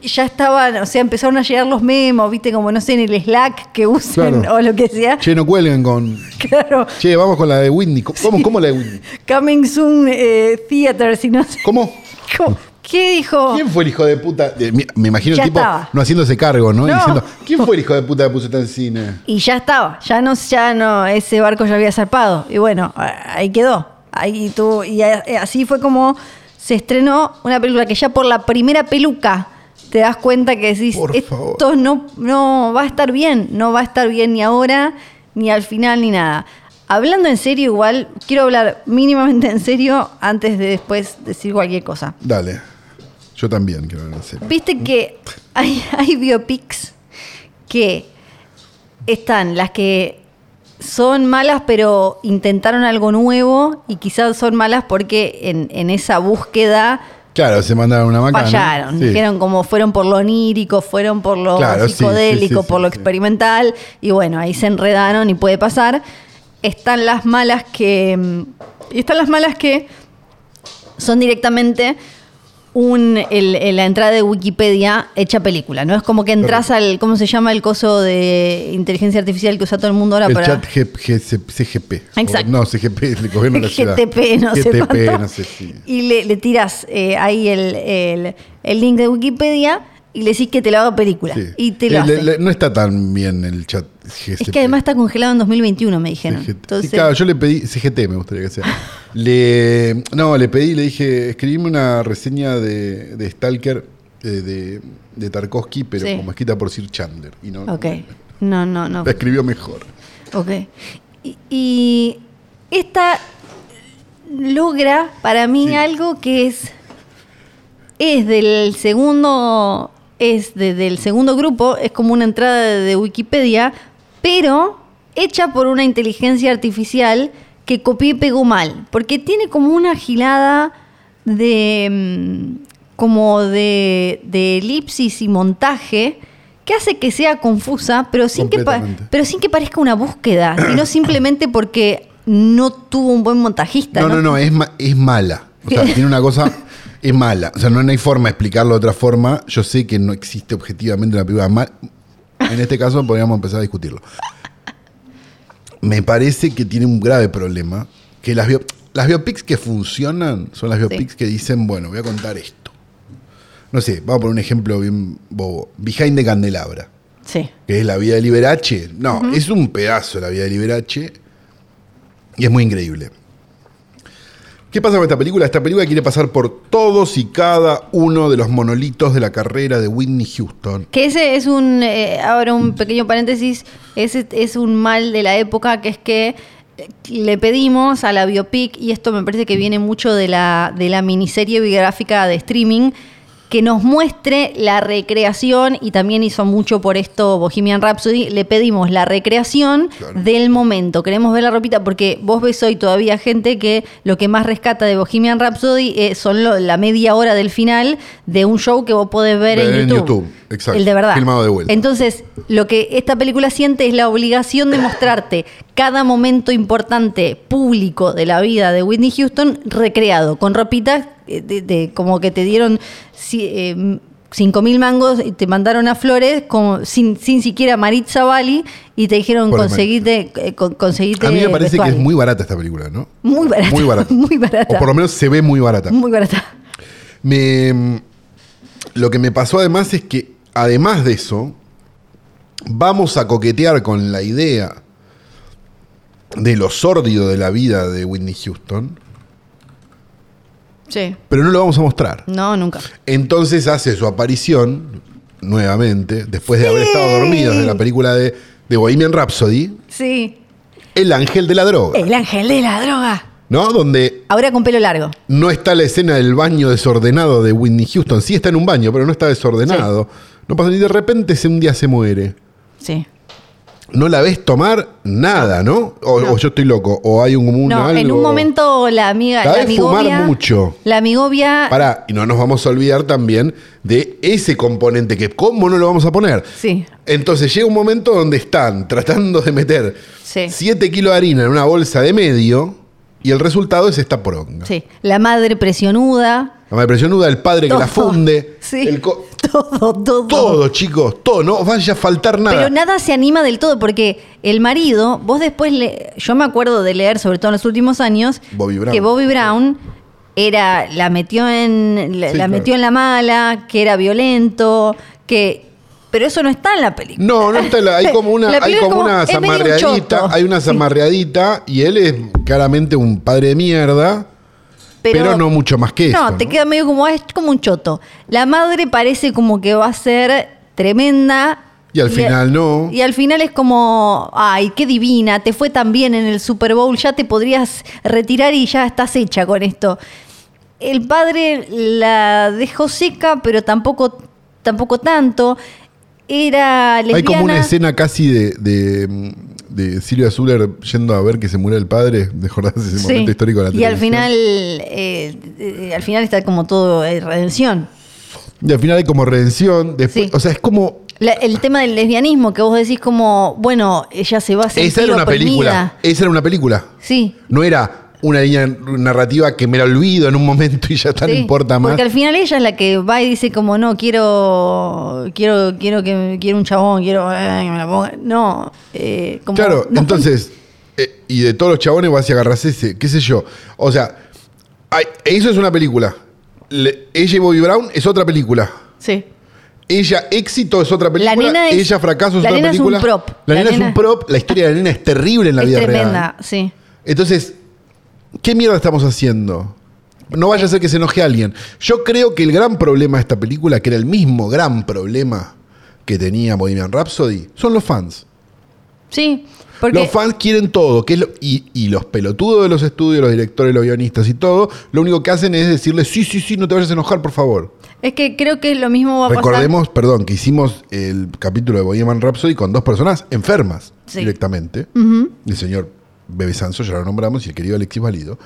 ya estaban, o sea, empezaron a llegar los memos, viste, como no sé, en el Slack que usan Claro. o lo que sea. Che, no cuelguen con... Claro. Che, vamos con la de Whitney. ¿Cómo, cómo la de Whitney? Coming soon eh, theater, si no sé. ¿Cómo? ¿Cómo? ¿Qué dijo? ¿Quién fue el hijo de puta? Eh, mi- Me imagino Ya el tipo estaba. no haciéndose cargo, ¿no? Y No. diciendo, ¿quién fue el hijo de puta que puso esto en cine? Y ya estaba, ya no, ya no, ese barco ya había zarpado. Y bueno, a- ahí quedó. Ahí eh, tuvo, y a- así fue como se estrenó una película que ya por la primera peluca te das cuenta que decís, Por favor. esto no, no va a estar bien, no va a estar bien ni ahora, ni al final, ni nada. Hablando en serio, igual, quiero hablar mínimamente en serio antes de después decir cualquier cosa. Dale. Yo también quiero ver la serie. Viste que hay, hay biopics que están las que son malas pero intentaron algo nuevo y quizás son malas porque en, en esa búsqueda Claro, se mandaron una macana. fallaron. Sí. Dijeron como fueron por lo onírico, fueron por lo Claro, sí, psicodélico, sí, sí, sí, por lo sí. experimental y bueno, ahí se enredaron y puede pasar. Están las malas que... mm, Y están las malas que son directamente un, el- el- la entrada de Wikipedia hecha película. No es como que entras al, ¿cómo se llama el coso de inteligencia artificial que usa todo el mundo ahora El para... chat G- G- C- CGP. Exacto. O- No, CGP, el gobierno de la ciudad. GTP, no sé GTP, cuánto. no sé si. Y le, le tiras eh, ahí el, el- el link de Wikipedia y le decís que te lo haga película. sí. Y te lo Eh, hace. le- le- no está tan bien el chat GCP. es que además está congelado en 2021, me dijeron. CGT. Entonces, Sí, claro, yo le pedí, CGT me gustaría que sea. le, no, le pedí, le dije, escribime una reseña de, de Stalker eh, de, de Tarkovsky, pero Sí. como escrita por Sir Chandler. Y no, ok. No, no, no. La escribió mejor. Ok. Y, y esta logra para mí Sí. algo que es. Es del segundo. Es de- del segundo grupo. Es como una entrada de, de Wikipedia. Pero hecha por una inteligencia artificial que copió y pegó mal. Porque tiene como una gilada de. mm, como de, de elipsis y montaje que hace que sea confusa, pero sin que, pa- Completamente. pero sin que parezca una búsqueda, sino simplemente porque no tuvo un buen montajista. No, no, no, es, ma- es mala. O sea, tiene una cosa, es mala. O sea, no, no hay forma de explicarlo de otra forma. Yo sé que no existe objetivamente una película mala. En este caso podríamos empezar a discutirlo. Me parece que tiene un grave problema. Que las, bio- las biopics que funcionan son las biopics que dicen, bueno, voy a contar esto. No sé, vamos por un ejemplo bien bobo. Behind the Candelabra Sí. que es la vida de Liberace. No, es un pedazo la vida de Liberace y es muy increíble. ¿Qué pasa con esta película? Esta película quiere pasar por todos y cada uno de los monolitos de la carrera de Whitney Houston. Que ese es un, eh, ahora un pequeño paréntesis, ese es un mal de la época, que es que eh, le pedimos a la biopic, y esto me parece que viene mucho de la, de la miniserie biográfica de streaming, que nos muestre la recreación, y también hizo mucho por esto Bohemian Rhapsody, le pedimos la recreación Claro. del momento. Queremos ver la ropita, porque vos ves hoy todavía gente que lo que más rescata de Bohemian Rhapsody eh, son lo- la media hora del final de un show que vos podés ver Ver en en YouTube. YouTube, exacto. El de verdad. Filmado de vuelta. Entonces, lo que esta película siente es la obligación de mostrarte cada momento importante público de la vida de Whitney Houston recreado, con ropitas eh, de, de- como que te dieron ci- eh, 5 mil mangos y te mandaron a Flores como, sin, sin siquiera Maritza Bali y te dijeron Pobre conseguite, eh, con- conseguite A mí me parece que es vestuario". muy barata esta película, ¿no? Muy barata. Muy barata. Muy barata. O por lo menos se ve muy barata. muy barata. Me- lo que me pasó además es que, además de eso, vamos a coquetear con la idea de lo sórdido de la vida de Whitney Houston, Sí. pero no lo vamos a mostrar. No, nunca. Entonces hace su aparición nuevamente, después de haber estado dormido en la película de, de Bohemian Rhapsody, Sí. El Ángel de la Droga, El ángel de la droga. ¿no? Donde Ahora con pelo largo. No está la escena del baño desordenado de Whitney Houston. Sí está en un baño, pero no está desordenado. No pasa ni de repente se- un día se muere. Sí. No la ves tomar nada, ¿no? O, No. o yo estoy loco. O hay un, un No, en algo- un momento la amiga, La la, de fumar amigovia- mucho. La amigovia, Pará, y no nos vamos a olvidar también de ese componente que cómo no lo vamos a poner. sí, Entonces llega un momento donde están tratando de meter Sí. 7 kilos de harina en una bolsa de medio y el resultado es esta poronga. sí, la madre presionuda, La madre presionuda, el padre que la Todo. funde. Sí. el co- todo, todo. Todo, chicos, todo. No vaya a faltar nada. Pero nada se anima del todo porque el marido, vos después le, yo me acuerdo de leer sobre todo en los últimos años Bobby Brown. que Bobby Brown era la metió en la, Sí, la claro. metió en la mala, que era violento, que pero eso no está en la película. No, no está la- hay como una, La hay película es como como- una es medio un zamarreadita, choto. hay una Sí. zamarreadita y él es claramente un padre de mierda Pero, no mucho más que eso. No, te queda medio como, es como un choto. La madre parece como que va a ser tremenda. Y al final no. Y al final es como, ay, qué divina, te fue tan bien en el Super Bowl, ya te podrías retirar y ya estás hecha con esto. El padre la dejó seca, pero tampoco, tampoco tanto. Era lesbiana. Hay como una escena casi de, de, de Silvia Zuller yendo a ver que se muere el padre, de Jordás, ese Sí. momento histórico de la Y al televisión. final, eh, eh, al final está como todo eh, redención. Y al final hay como redención. Después, Sí. O sea, es como. La- el tema del lesbianismo, que vos decís como, bueno, ella se va a sentir Esa era una oprimida. película. Esa era una película. Sí. No era una línea narrativa que me la olvido en un momento y ya tan sí. importa más. Porque al final ella es la que va y dice como, no, quiero, quiero, quiero que quiero un chabón, quiero eh, que me la ponga. No, eh, como- Claro, no. entonces, eh, y de todos los chabones vas y agarras ese, qué sé yo. O sea, ay, eso es una película. Le- ella y Bobby Brown es otra película. Sí. Ella éxito es otra película. nena es- ella fracaso es la otra nena es un película. prop. La, La nena, es nena- un prop. La historia de la nena es terrible en la es vida tremenda, real. sí. Entonces, ¿qué mierda estamos haciendo? No vaya a ser que se enoje alguien. Yo creo que el gran problema de esta película, que era el mismo gran problema que tenía Bohemian Rhapsody, son los fans. Sí. Porque Los fans quieren todo, que es lo- y, y los pelotudos de los estudios, los directores, los guionistas y todo, lo único que hacen es decirle, sí, sí, sí, no te vayas a enojar, por favor. es que creo que lo mismo va a Recordemos, perdón, que hicimos el capítulo de Bohemian Rhapsody con dos personas enfermas Sí. directamente. pasar. Ujú. El señor Bebe Sanso, ya lo nombramos, y el querido Alexis Valido,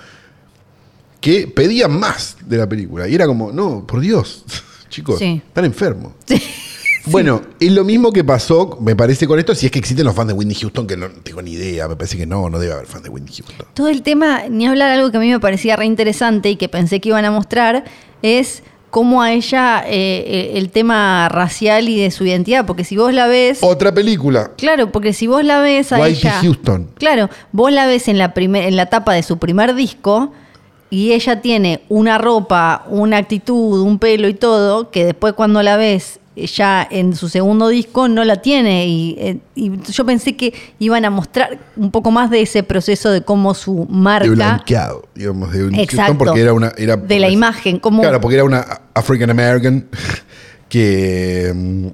que pedían más de la película. Y era como, no, por Dios, chicos, Sí. están enfermos. Bueno, es lo mismo que pasó, me parece, con esto, si es que existen los fans de Whitney Houston, que no tengo ni idea, me parece que no, no debe haber fans de Whitney Houston. Todo el tema, ni hablar algo que a mí me parecía re interesante y que pensé que iban a mostrar, es cómo a ella eh, eh, el tema racial y de su identidad, porque si vos la ves... Otra película. Claro, porque si vos la ves a Whitey ella... Houston. Claro, vos la ves en la, primer, en la tapa de su primer disco y ella tiene una ropa, una actitud, un pelo y todo, que después cuando la ves ya en su segundo disco no la tiene. Y, eh, y yo pensé que iban a mostrar un poco más de ese proceso de cómo su marca... De blanqueado, digamos, de Whitney Exacto. Houston, porque era una... Era, De la imagen, como- Claro, porque era una African American que mm,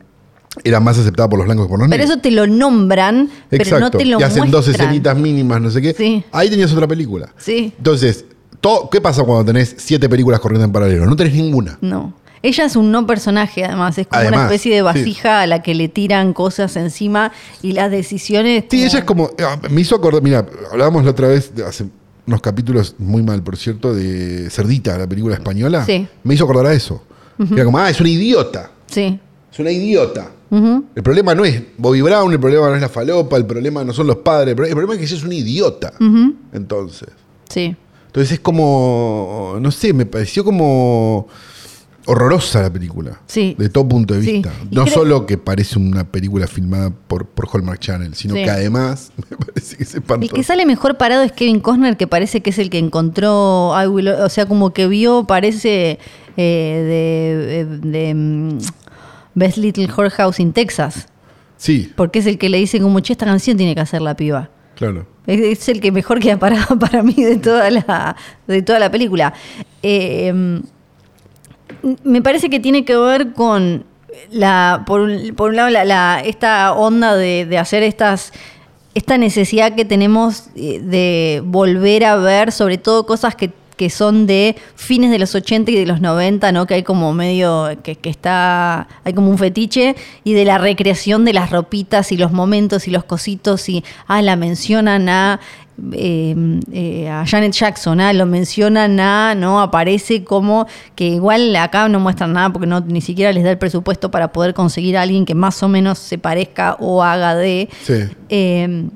era más aceptada por los blancos que por los Pero negros. eso te lo nombran, pero no Exacto. te lo y hacen dos muestran. escenitas mínimas, no sé qué. Sí. Ahí tenías otra película. Sí. Entonces, todo, ¿qué pasa cuando tenés siete películas corriendo en paralelo? No tenés ninguna. No. Ella es un no personaje, además. Es como una Además, especie de sí. vasija a la que le tiran cosas encima y las decisiones. Sí, como- ella es como. ah, Me hizo acordar. Mira, hablábamos la otra vez, de hace unos capítulos muy mal, por cierto, de Cerdita, la película española. Sí. Me hizo acordar a eso. Era como, ah, es una idiota. Sí. Es una idiota. Ujú. El problema no es Bobby Brown, el problema no es la falopa, el problema no son los padres. El pro- el problema es que ella es una idiota. Ujú. Entonces. Sí. Entonces es como, no sé, me pareció como horrorosa la película. Sí. De todo punto de Sí. vista. Y No creo- solo que parece una película filmada por, por Hallmark Channel, sino Sí. que además me parece que se espantó. El que sale mejor parado es Kevin Costner, que parece que es el que encontró. I Will- o sea, como que vio, parece. eh, de, de, mm, Best Little Whorehouse in Texas. Sí, Porque es el que le dice, como, che, esta canción tiene que hacer la piba. claro. Es, es el que mejor queda parado para mí de toda la, de toda la película. Eh, em, me parece que tiene que ver con la. Por un, por un lado, la, la- esta onda de, de hacer estas. esta necesidad que tenemos eh, de volver a ver, sobre todo cosas que que son de fines de los 80 y de los 90, ¿no? Que hay como medio, que, que está, hay como un fetiche, y de la recreación de las ropitas y los momentos y los cositos, y, ah, la mencionan a, eh, eh, a Janet Jackson, ah, lo mencionan a, ¿no? Aparece como, que igual acá no muestran nada porque no, ni siquiera les da el presupuesto para poder conseguir a alguien que más o menos se parezca o haga de... Sí. Eh,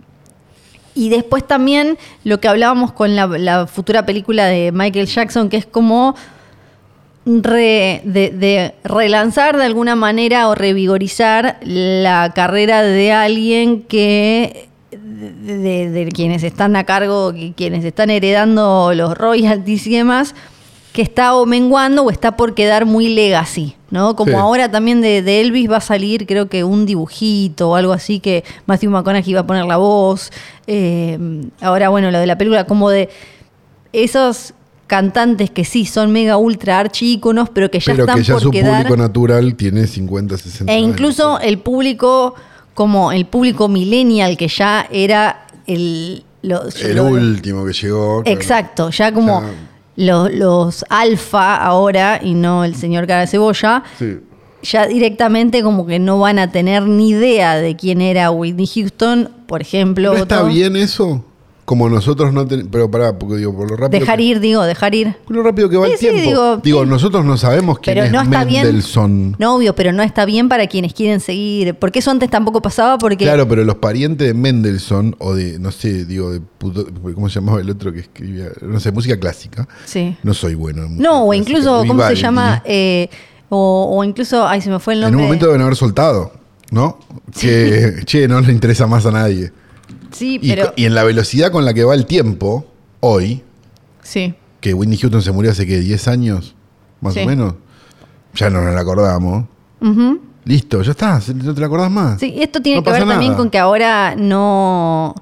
y después también lo que hablábamos con la, la futura película de Michael Jackson, que es como re- de, de relanzar de alguna manera o revigorizar la carrera de alguien que de, de- de quienes están a cargo, que- quienes están heredando los royalties y demás, que está o menguando o está por quedar muy legacy, ¿no? Como Sí. ahora también de, de Elvis va a salir, creo que un dibujito o algo así, que Matthew McConaughey va a poner la voz. Eh, ahora, bueno, lo de la película, como de esos cantantes que sí son mega ultra archi íconos, pero que ya pero están que ya por su quedar. público natural tiene 50, 60 E años. incluso el público, como el público millennial, que ya era el. los- El los- último que llegó. claro. Exacto, ya como Ya. los, los alfa ahora y no el señor cara de cebolla, Sí. ya directamente como que no van a tener ni idea de quién era Whitney Houston, por ejemplo. ¿No está otro- bien eso? Como nosotros no tenemos... Pero pará, porque digo, por lo rápido... Dejar que- ir, digo, dejar ir. por lo rápido que va Sí, el sí, tiempo. digo, digo, sí. nosotros no sabemos quién Pero es no está Mendelssohn. bien. No, obvio, pero no está bien para quienes quieren seguir. Porque eso antes tampoco pasaba porque. Claro, pero los parientes de Mendelssohn, o de, no sé, digo, de puto- ¿cómo se llamaba el otro que escribía? No sé, música clásica. Sí. No soy bueno. en música No, o clásica. incluso, ¿cómo se Vivaldi. llama? Eh, o, o incluso, ay, se me fue el En nombre. un momento deben haber soltado, ¿no? Que, che, no le interesa más a nadie. Sí, Y, pero. co- y en la velocidad con la que va el tiempo, hoy, sí. que Whitney Houston se murió hace que 10 años, más Sí. o menos, ya no nos la acordamos. Ujú. Listo, ya está, se- no te la acordás más. Sí, esto tiene No que ver pasa también nada. con que ahora no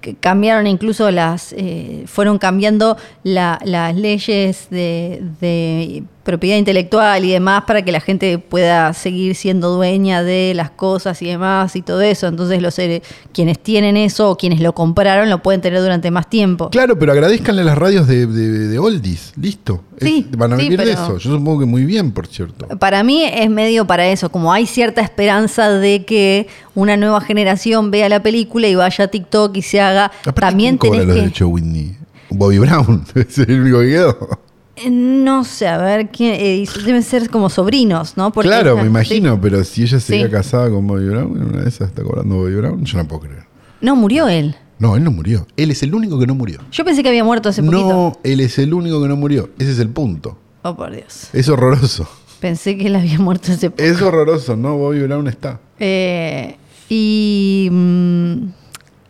que cambiaron incluso las eh, fueron cambiando la- las leyes de, de propiedad intelectual y demás para que la gente pueda seguir siendo dueña de las cosas y demás y todo eso entonces los eh, quienes tienen eso o quienes lo compraron lo pueden tener durante más tiempo Claro, pero agradezcanle a las radios de, de- de Oldies, listo. Es- Sí, van a sí, vivir de pero- eso. Yo supongo que muy bien, por cierto. Para mí es medio para eso, como hay cierta esperanza de que una nueva generación vea la película y vaya a TikTok y se haga. Aparte, También ¿quién cobra tenés los que. derechos de Whitney? Bobby Brown, es el único que quedó. Eh, No sé, a ver, ¿quién, eh, deben ser como sobrinos, ¿no? Porque claro, ella- me imagino, sí. pero si ella seguía Sí. casada con Bobby Brown, en una de esas está cobrando Bobby Brown, yo no puedo creer. No, murió él. No, él no murió. Él es el único que no murió. Yo pensé que había muerto hace poquito. No, él es el único que no murió. Ese es el punto. Oh, por Dios. Es horroroso. Pensé que él había muerto hace poco. Es horroroso, ¿no? Bobby Brown está. Eh, y, mm,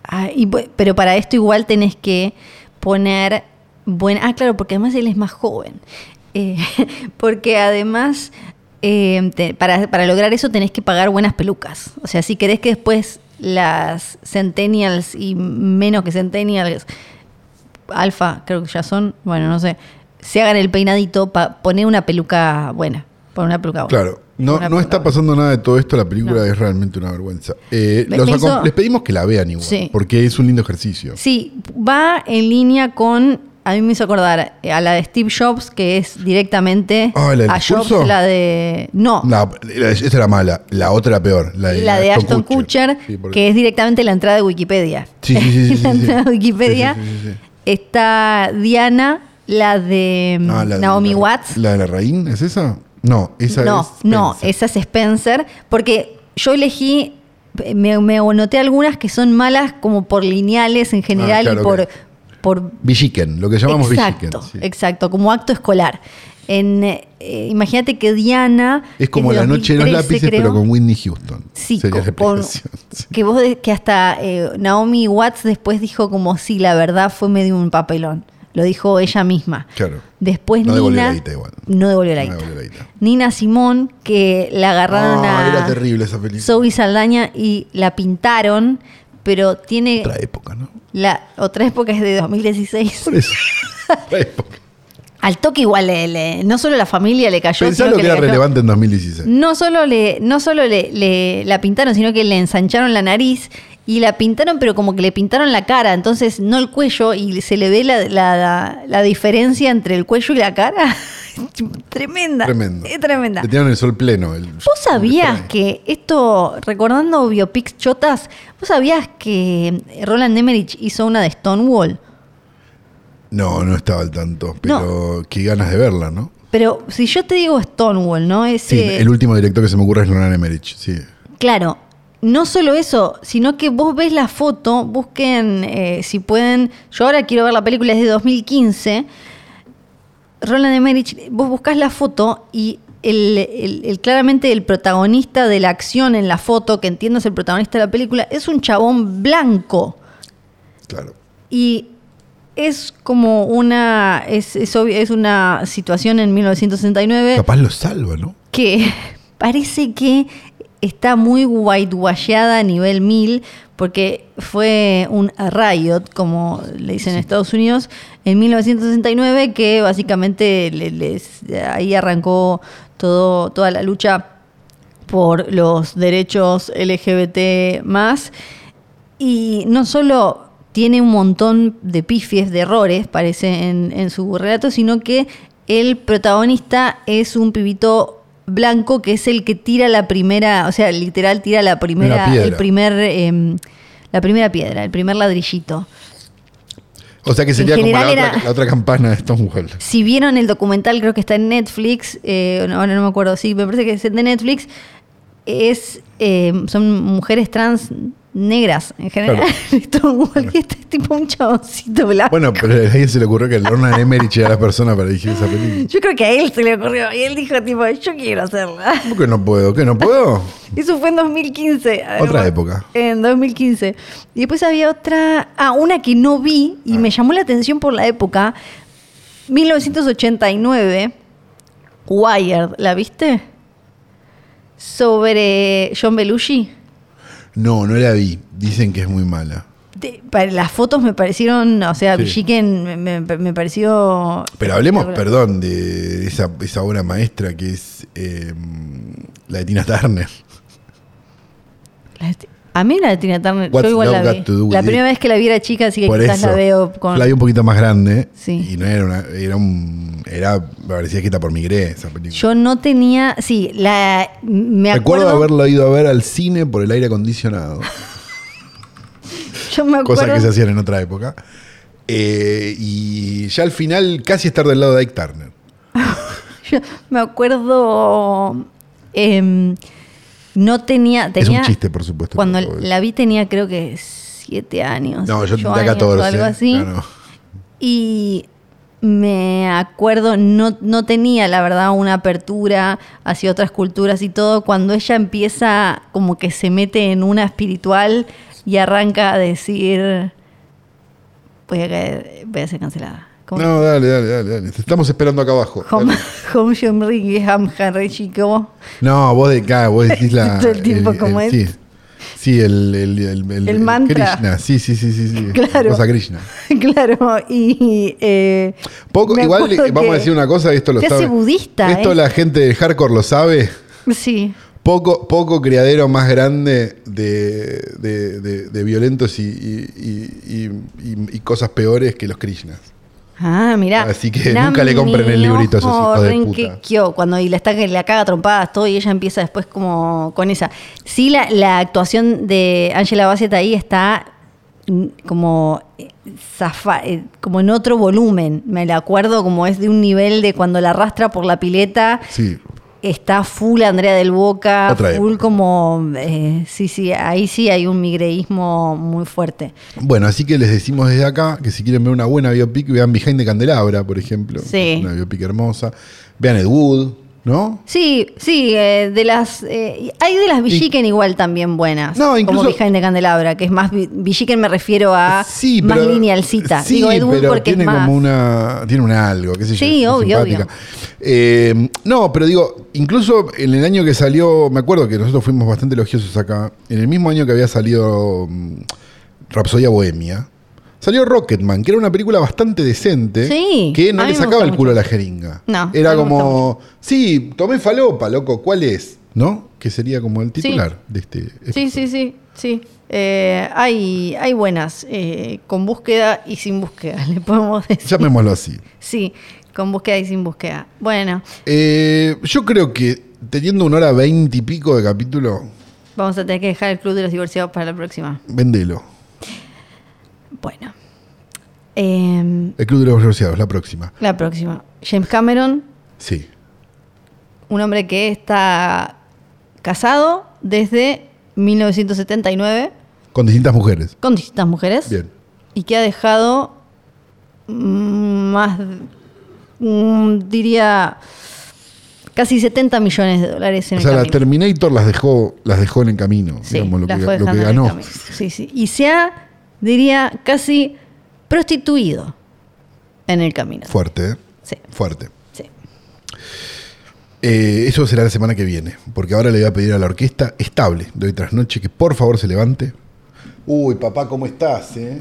ah, y bu- Pero para esto igual tenés que poner. Buen, ah, claro, porque además él es más joven. Eh, porque además. eh, te- para, para lograr eso tenés que pagar buenas pelucas. O sea, si querés que después las centennials y menos que centennials, alfa creo que ya son, bueno, no sé, se hagan el peinadito para poner una peluca buena. Poner una peluca buena. Claro, no, Una no peluca está buena. pasando nada de todo esto, la película No. es realmente una vergüenza. Eh, Me- los me acom- hizo- Les pedimos que la vean igual, Sí. porque es un lindo ejercicio. Sí, va en línea con, a mí me hizo acordar, eh, a la de Steve Jobs, que es directamente Ah, ¿la del a discurso? Jobs, la de... No, La- la- esa era mala, la otra era peor, la de, la de Ashton Kutcher, Sí, por- que es directamente la entrada de Wikipedia. Sí, sí, sí, sí, la sí, sí. entrada de Wikipedia Sí, sí, sí, sí. está Diana, la de mm, Ah, la de- Naomi la- Watts. ¿La de la Raín? ¿Es esa? No, esa no, es. no, Spencer. esa es Spencer, porque yo elegí, me, me noté algunas que son malas como por lineales en general Ah, claro, y por... ok. por Villiquen, lo que llamamos Villiquen. exacto, sí. exacto, como acto escolar. En, eh, eh, imagínate que Diana Es como que la es de noche de los 2013, lápices, creo. pero con Whitney Houston. Sí, Sería la con- explicación. Sí. que vos de- que hasta eh, Naomi Watts después dijo como sí, la verdad fue medio un papelón. Lo dijo ella misma. Claro. Después No devolvió Nina la guita igual. no devolvió la No guita. devolvió la guita. Nina Simón que la agarraron Ah, a era terrible esa película. Zoe Saldaña y la pintaron, pero tiene Otra época, ¿no? la otra época es de 2016. Por eso. Otra época. Al toque igual le- le- no solo la familia le cayó, Pensá sino lo que le era cayó- relevante en 2016. No solo le, no solo le, le- la pintaron, sino que le ensancharon la nariz y la pintaron, pero como que le pintaron la cara, entonces no el cuello y se le ve la, la- la- la diferencia entre el cuello y la cara. tremenda. Tremendo. Es tremenda. Le tiraron el sol pleno. el- ¿Vos sabías Extraño. que esto, recordando biopics chotas, vos sabías que Roland Emmerich hizo una de Stonewall? No, no estaba al tanto, pero qué ganas de verla, ¿no? Pero si yo te digo Stonewall, ¿no? Ese, Sí, el último director que se me ocurre es Nolan Emerich, sí. Claro, no solo eso, sino que vos ves la foto, busquen eh, si pueden. Yo ahora quiero ver la película, es de 2015. Roland Emmerich, vos buscas la foto y el, el- el- claramente el protagonista de la acción en la foto, que entiendo es el protagonista de la película, es un chabón blanco. Claro. Y es como una. Es, es obvio- es una situación en 1969 Capaz lo salva, ¿no? que parece que está muy whitewasheada a nivel 1000 porque fue un riot, como le dicen en Estados Unidos, en 1969 que básicamente le- les, ahí arrancó todo, toda la lucha por los derechos LGBT más. Y no solo tiene un montón de pifies, de errores, parece, en, en su relato, sino que el protagonista es un pibito blanco que es el que tira la primera, o sea, literal tira la primera, piedra. el primer, em, la primera piedra, el primer ladrillito. O sea que En sería como la general otra, era- la otra campana de Stonewall. Si vieron el documental, creo que está en Netflix, eh, no, ahora no me acuerdo, sí, me parece que es de Netflix, es, eh, son mujeres trans negras en general. Claro. Stonewall, que este es tipo un chaboncito blanco. Bueno, pero a alguien se le ocurrió que Lorna Emmerich era la persona para dirigir esa película. Yo creo que a él se le ocurrió y él dijo tipo, yo quiero hacerla. ¿Cómo que no puedo? ¿Qué no puedo? Eso fue en 2015. además. época. En 2015. Y después había otra, ah, una que no vi Ah. y me llamó la atención por la época. 1989, Wired, ¿la viste? Sobre John Belushi. No, no la vi. Dicen que es muy mala. De- para- las fotos me parecieron, o sea, Sí. Villiquen me, me- me pareció... Pero hablemos, espectacular. perdón, de esa, esa obra maestra que es eh, la de Tina Turner. La de- A mí la de Tina Turner, What's yo igual Love la Got vi. to Do with La It? primera vez que la vi era chica, así que Por quizás eso, la veo con... la vi un poquito más grande Sí. y no era una, era un, era, me parecía que está por migré esa película. Yo no tenía, sí, la me acuerdo, Recuerdo haberla ido a ver al cine por el aire acondicionado, yo me acuerdo cosas que se hacían en otra época. Eh, y ya al final casi estar del lado de Ike Turner. yo me acuerdo em, no tenía, tenía es un chiste, por supuesto. cuando todo eso. la vi tenía creo que siete años, pues. no, yo ocho tendría años o 14. algo así. claro. Y me acuerdo, no, no tenía la verdad una apertura hacia otras culturas y todo. Cuando ella empieza, como que se mete en una espiritual y arranca a decir: Voy a caer, voy a ser cancelada. Como- No, dale, dale, dale, dale. Te estamos esperando acá abajo. Hom- Dale. Hom Jong Ri, Ham Harry Chico. No, vos de acá, vos decís la. Todo el tiempo como es. Sí, sí el, el, el, El mantra. Krishna, sí, sí, sí, sí. sí. Claro. Cosa Krishna. Claro, y. eh, Poco, me igual acuerdo le- vamos a que- decir una cosa, esto lo se hace sabe. budista, Esto ¿eh? la gente del hardcore lo sabe. Sí. Poco, poco criadero más grande de, de, de- de violentos y, y- y- y- y- y cosas peores que los Krishnas. Ah, mirá. Así que Nam nunca le compren el librito a esos myoho hijos de Renki puta. Kyo, cuando y la está que la caga trompadas todo y ella empieza después como con esa. Sí, la, la actuación de Angela Bassett ahí está mm, como eh, zafa- eh, como en otro volumen, me la acuerdo como es de un nivel de cuando la arrastra por la pileta, Sí. está full Andrea del Boca, Otra full época. como eh, sí, sí, ahí sí hay un migreísmo muy fuerte. Bueno, así que les decimos desde acá que si quieren ver una buena biopic, vean Behind the Candelabra, por ejemplo. Sí. Una biopic hermosa. Vean Ed Wood, ¿no? Sí, sí, eh, de las eh, hay de las Villiquen igual también buenas, No, incluso- como Behind de Candelabra, que es más vi- Villiquen me refiero a Sí, más pero- linealcita. Sí, Digo Ed Wood pero porque es tiene más como una. Tiene un algo, qué sé yo. Sí, es obvio, simpática. obvio. Eh, no, pero digo, incluso en el año que salió, me acuerdo que nosotros fuimos bastante elogiosos acá. En el mismo año que había salido mm, Rapsodia Bohemia, salió Rocketman, que era una película bastante decente. Sí, Que no a le mí me sacaba gusta el culo mucho. a la jeringa. No, a Era mí me gusta como. Sí, tomé falopa, loco, ¿cuál es? ¿No? Que sería como el titular de este. Sí, episodio. sí, sí, sí. Eh, hay, hay buenas, eh, con búsqueda y sin búsqueda, le podemos decir. Llamémoslo así. Sí, con búsqueda y sin búsqueda. Bueno, Eh, yo creo que teniendo una hora veinte y pico de capítulo, vamos a tener que dejar el Club de los Divorciados para la próxima. vendelo. Bueno. Em, El Club de los Divorciados, la próxima. la próxima. James Cameron, Sí. un hombre que está casado desde 1979 Con distintas mujeres. con distintas mujeres Bien. y que ha dejado mm, más, mm, diría, casi 70 millones de dólares en O sea, el la camino. Terminator las dejó, las dejó en el camino. Sí, digamos, lo, la que, fue lo que dejando en el ganó. camino. Sí, sí. Y se ha, diría, casi prostituido en el camino. Fuerte, ¿eh? Sí, Fuerte. sí. Eh, eso será la semana que viene, porque ahora le voy a pedir a la orquesta estable de hoy tras noche que por favor se levante. Uy, papá, ¿cómo estás? eh?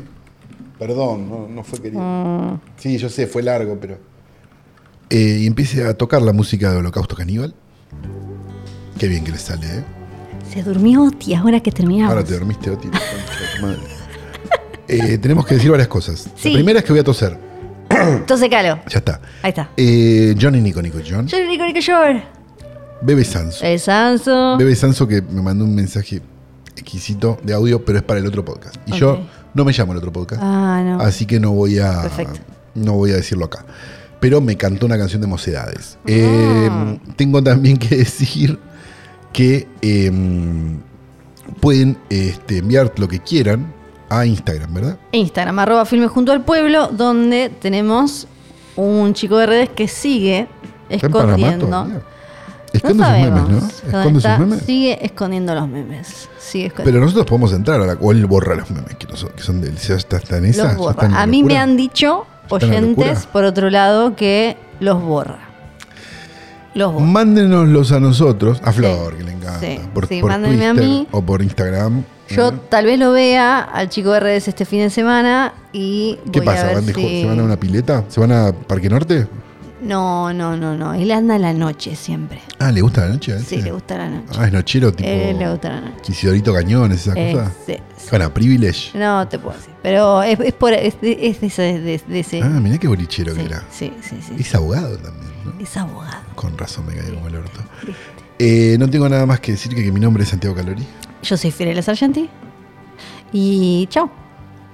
Perdón, no, no fue querido. Ah. Sí, yo sé, fue largo, pero. Eh, y empiece a tocar la música de Holocausto Caníbal. Qué bien que le sale, ¿eh? Se durmió Oti ahora que terminamos. Ahora te dormiste, Oti. la concha de tu madre. Eh, tenemos que decir varias cosas. Sí. La primera es que voy a toser. Entonces, Calo. Ya está. Ahí está. Eh, Johnny Nico Nico John. Yo Nico Nico Shore. Bebe Sanso. El Sanso. Bebe Sanso que me mandó un mensaje exquisito de audio, pero es para el otro podcast. Y Ok. yo no me llamo el otro podcast. Ah, no. Así que no voy a. Perfecto. No voy a decirlo acá. Pero me cantó una canción de Ah. mocedades. Eh, tengo también que decir que eh, pueden este, enviar lo que quieran a Instagram, ¿verdad? Instagram, arroba filme junto al pueblo, donde tenemos un chico de redes que sigue Está en Panamá escondiendo. todavía. Esconde sus memes, ¿no? dónde Esconde sus está, memes. Sigue escondiendo los memes. Sigue escondiendo. Pero nosotros podemos entrar a la o él borra los memes que, no son, que son del ya está, está en esa. los ya está borra. en la A mí me locura. han dicho está en la oyentes, locura. por otro lado, que los borra. Los borra. Mándenoslos a nosotros, a Flor, que le encanta. sí, por sí, por mándenme a Twitter mí. o por Instagram. Yo ¿eh? tal vez lo vea al chico de redes este fin de semana y. ¿Qué voy a pasa? ver ¿Van de jo- si- ¿Se van a una pileta? ¿Se van a Parque Norte? No, no, no, no. Él anda a la noche siempre. Ah, ¿le gusta la noche? a Sí, ese? le gusta la noche. Ah, es nochero tipo. Él le gusta la noche. Isidorito Cañones, esas Eh, cosas. sí, sí. Bueno, Privilege. No te puedo decir. Pero es, es por, es, de, es de ese. de- de ese- Ah, mirá qué bolichero sí, que era. sí, sí, sí. Es abogado también, ¿no? Es abogado. Con razón me caí como el orto. Eh, no tengo nada más que decir que, que mi nombre es Santiago Calori. Yo soy Fiorella Sargenti. Y chao.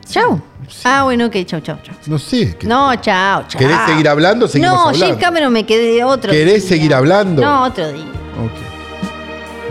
Chao. sí. Ah, bueno, ok, chao, chao, chao. No sé. ¿qué- No, chao, chao. ¿Querés seguir hablando? Seguimos no, hablando. Jim Cameron me quedé otro ¿Querés seguir hablando? No, otro día. Ok.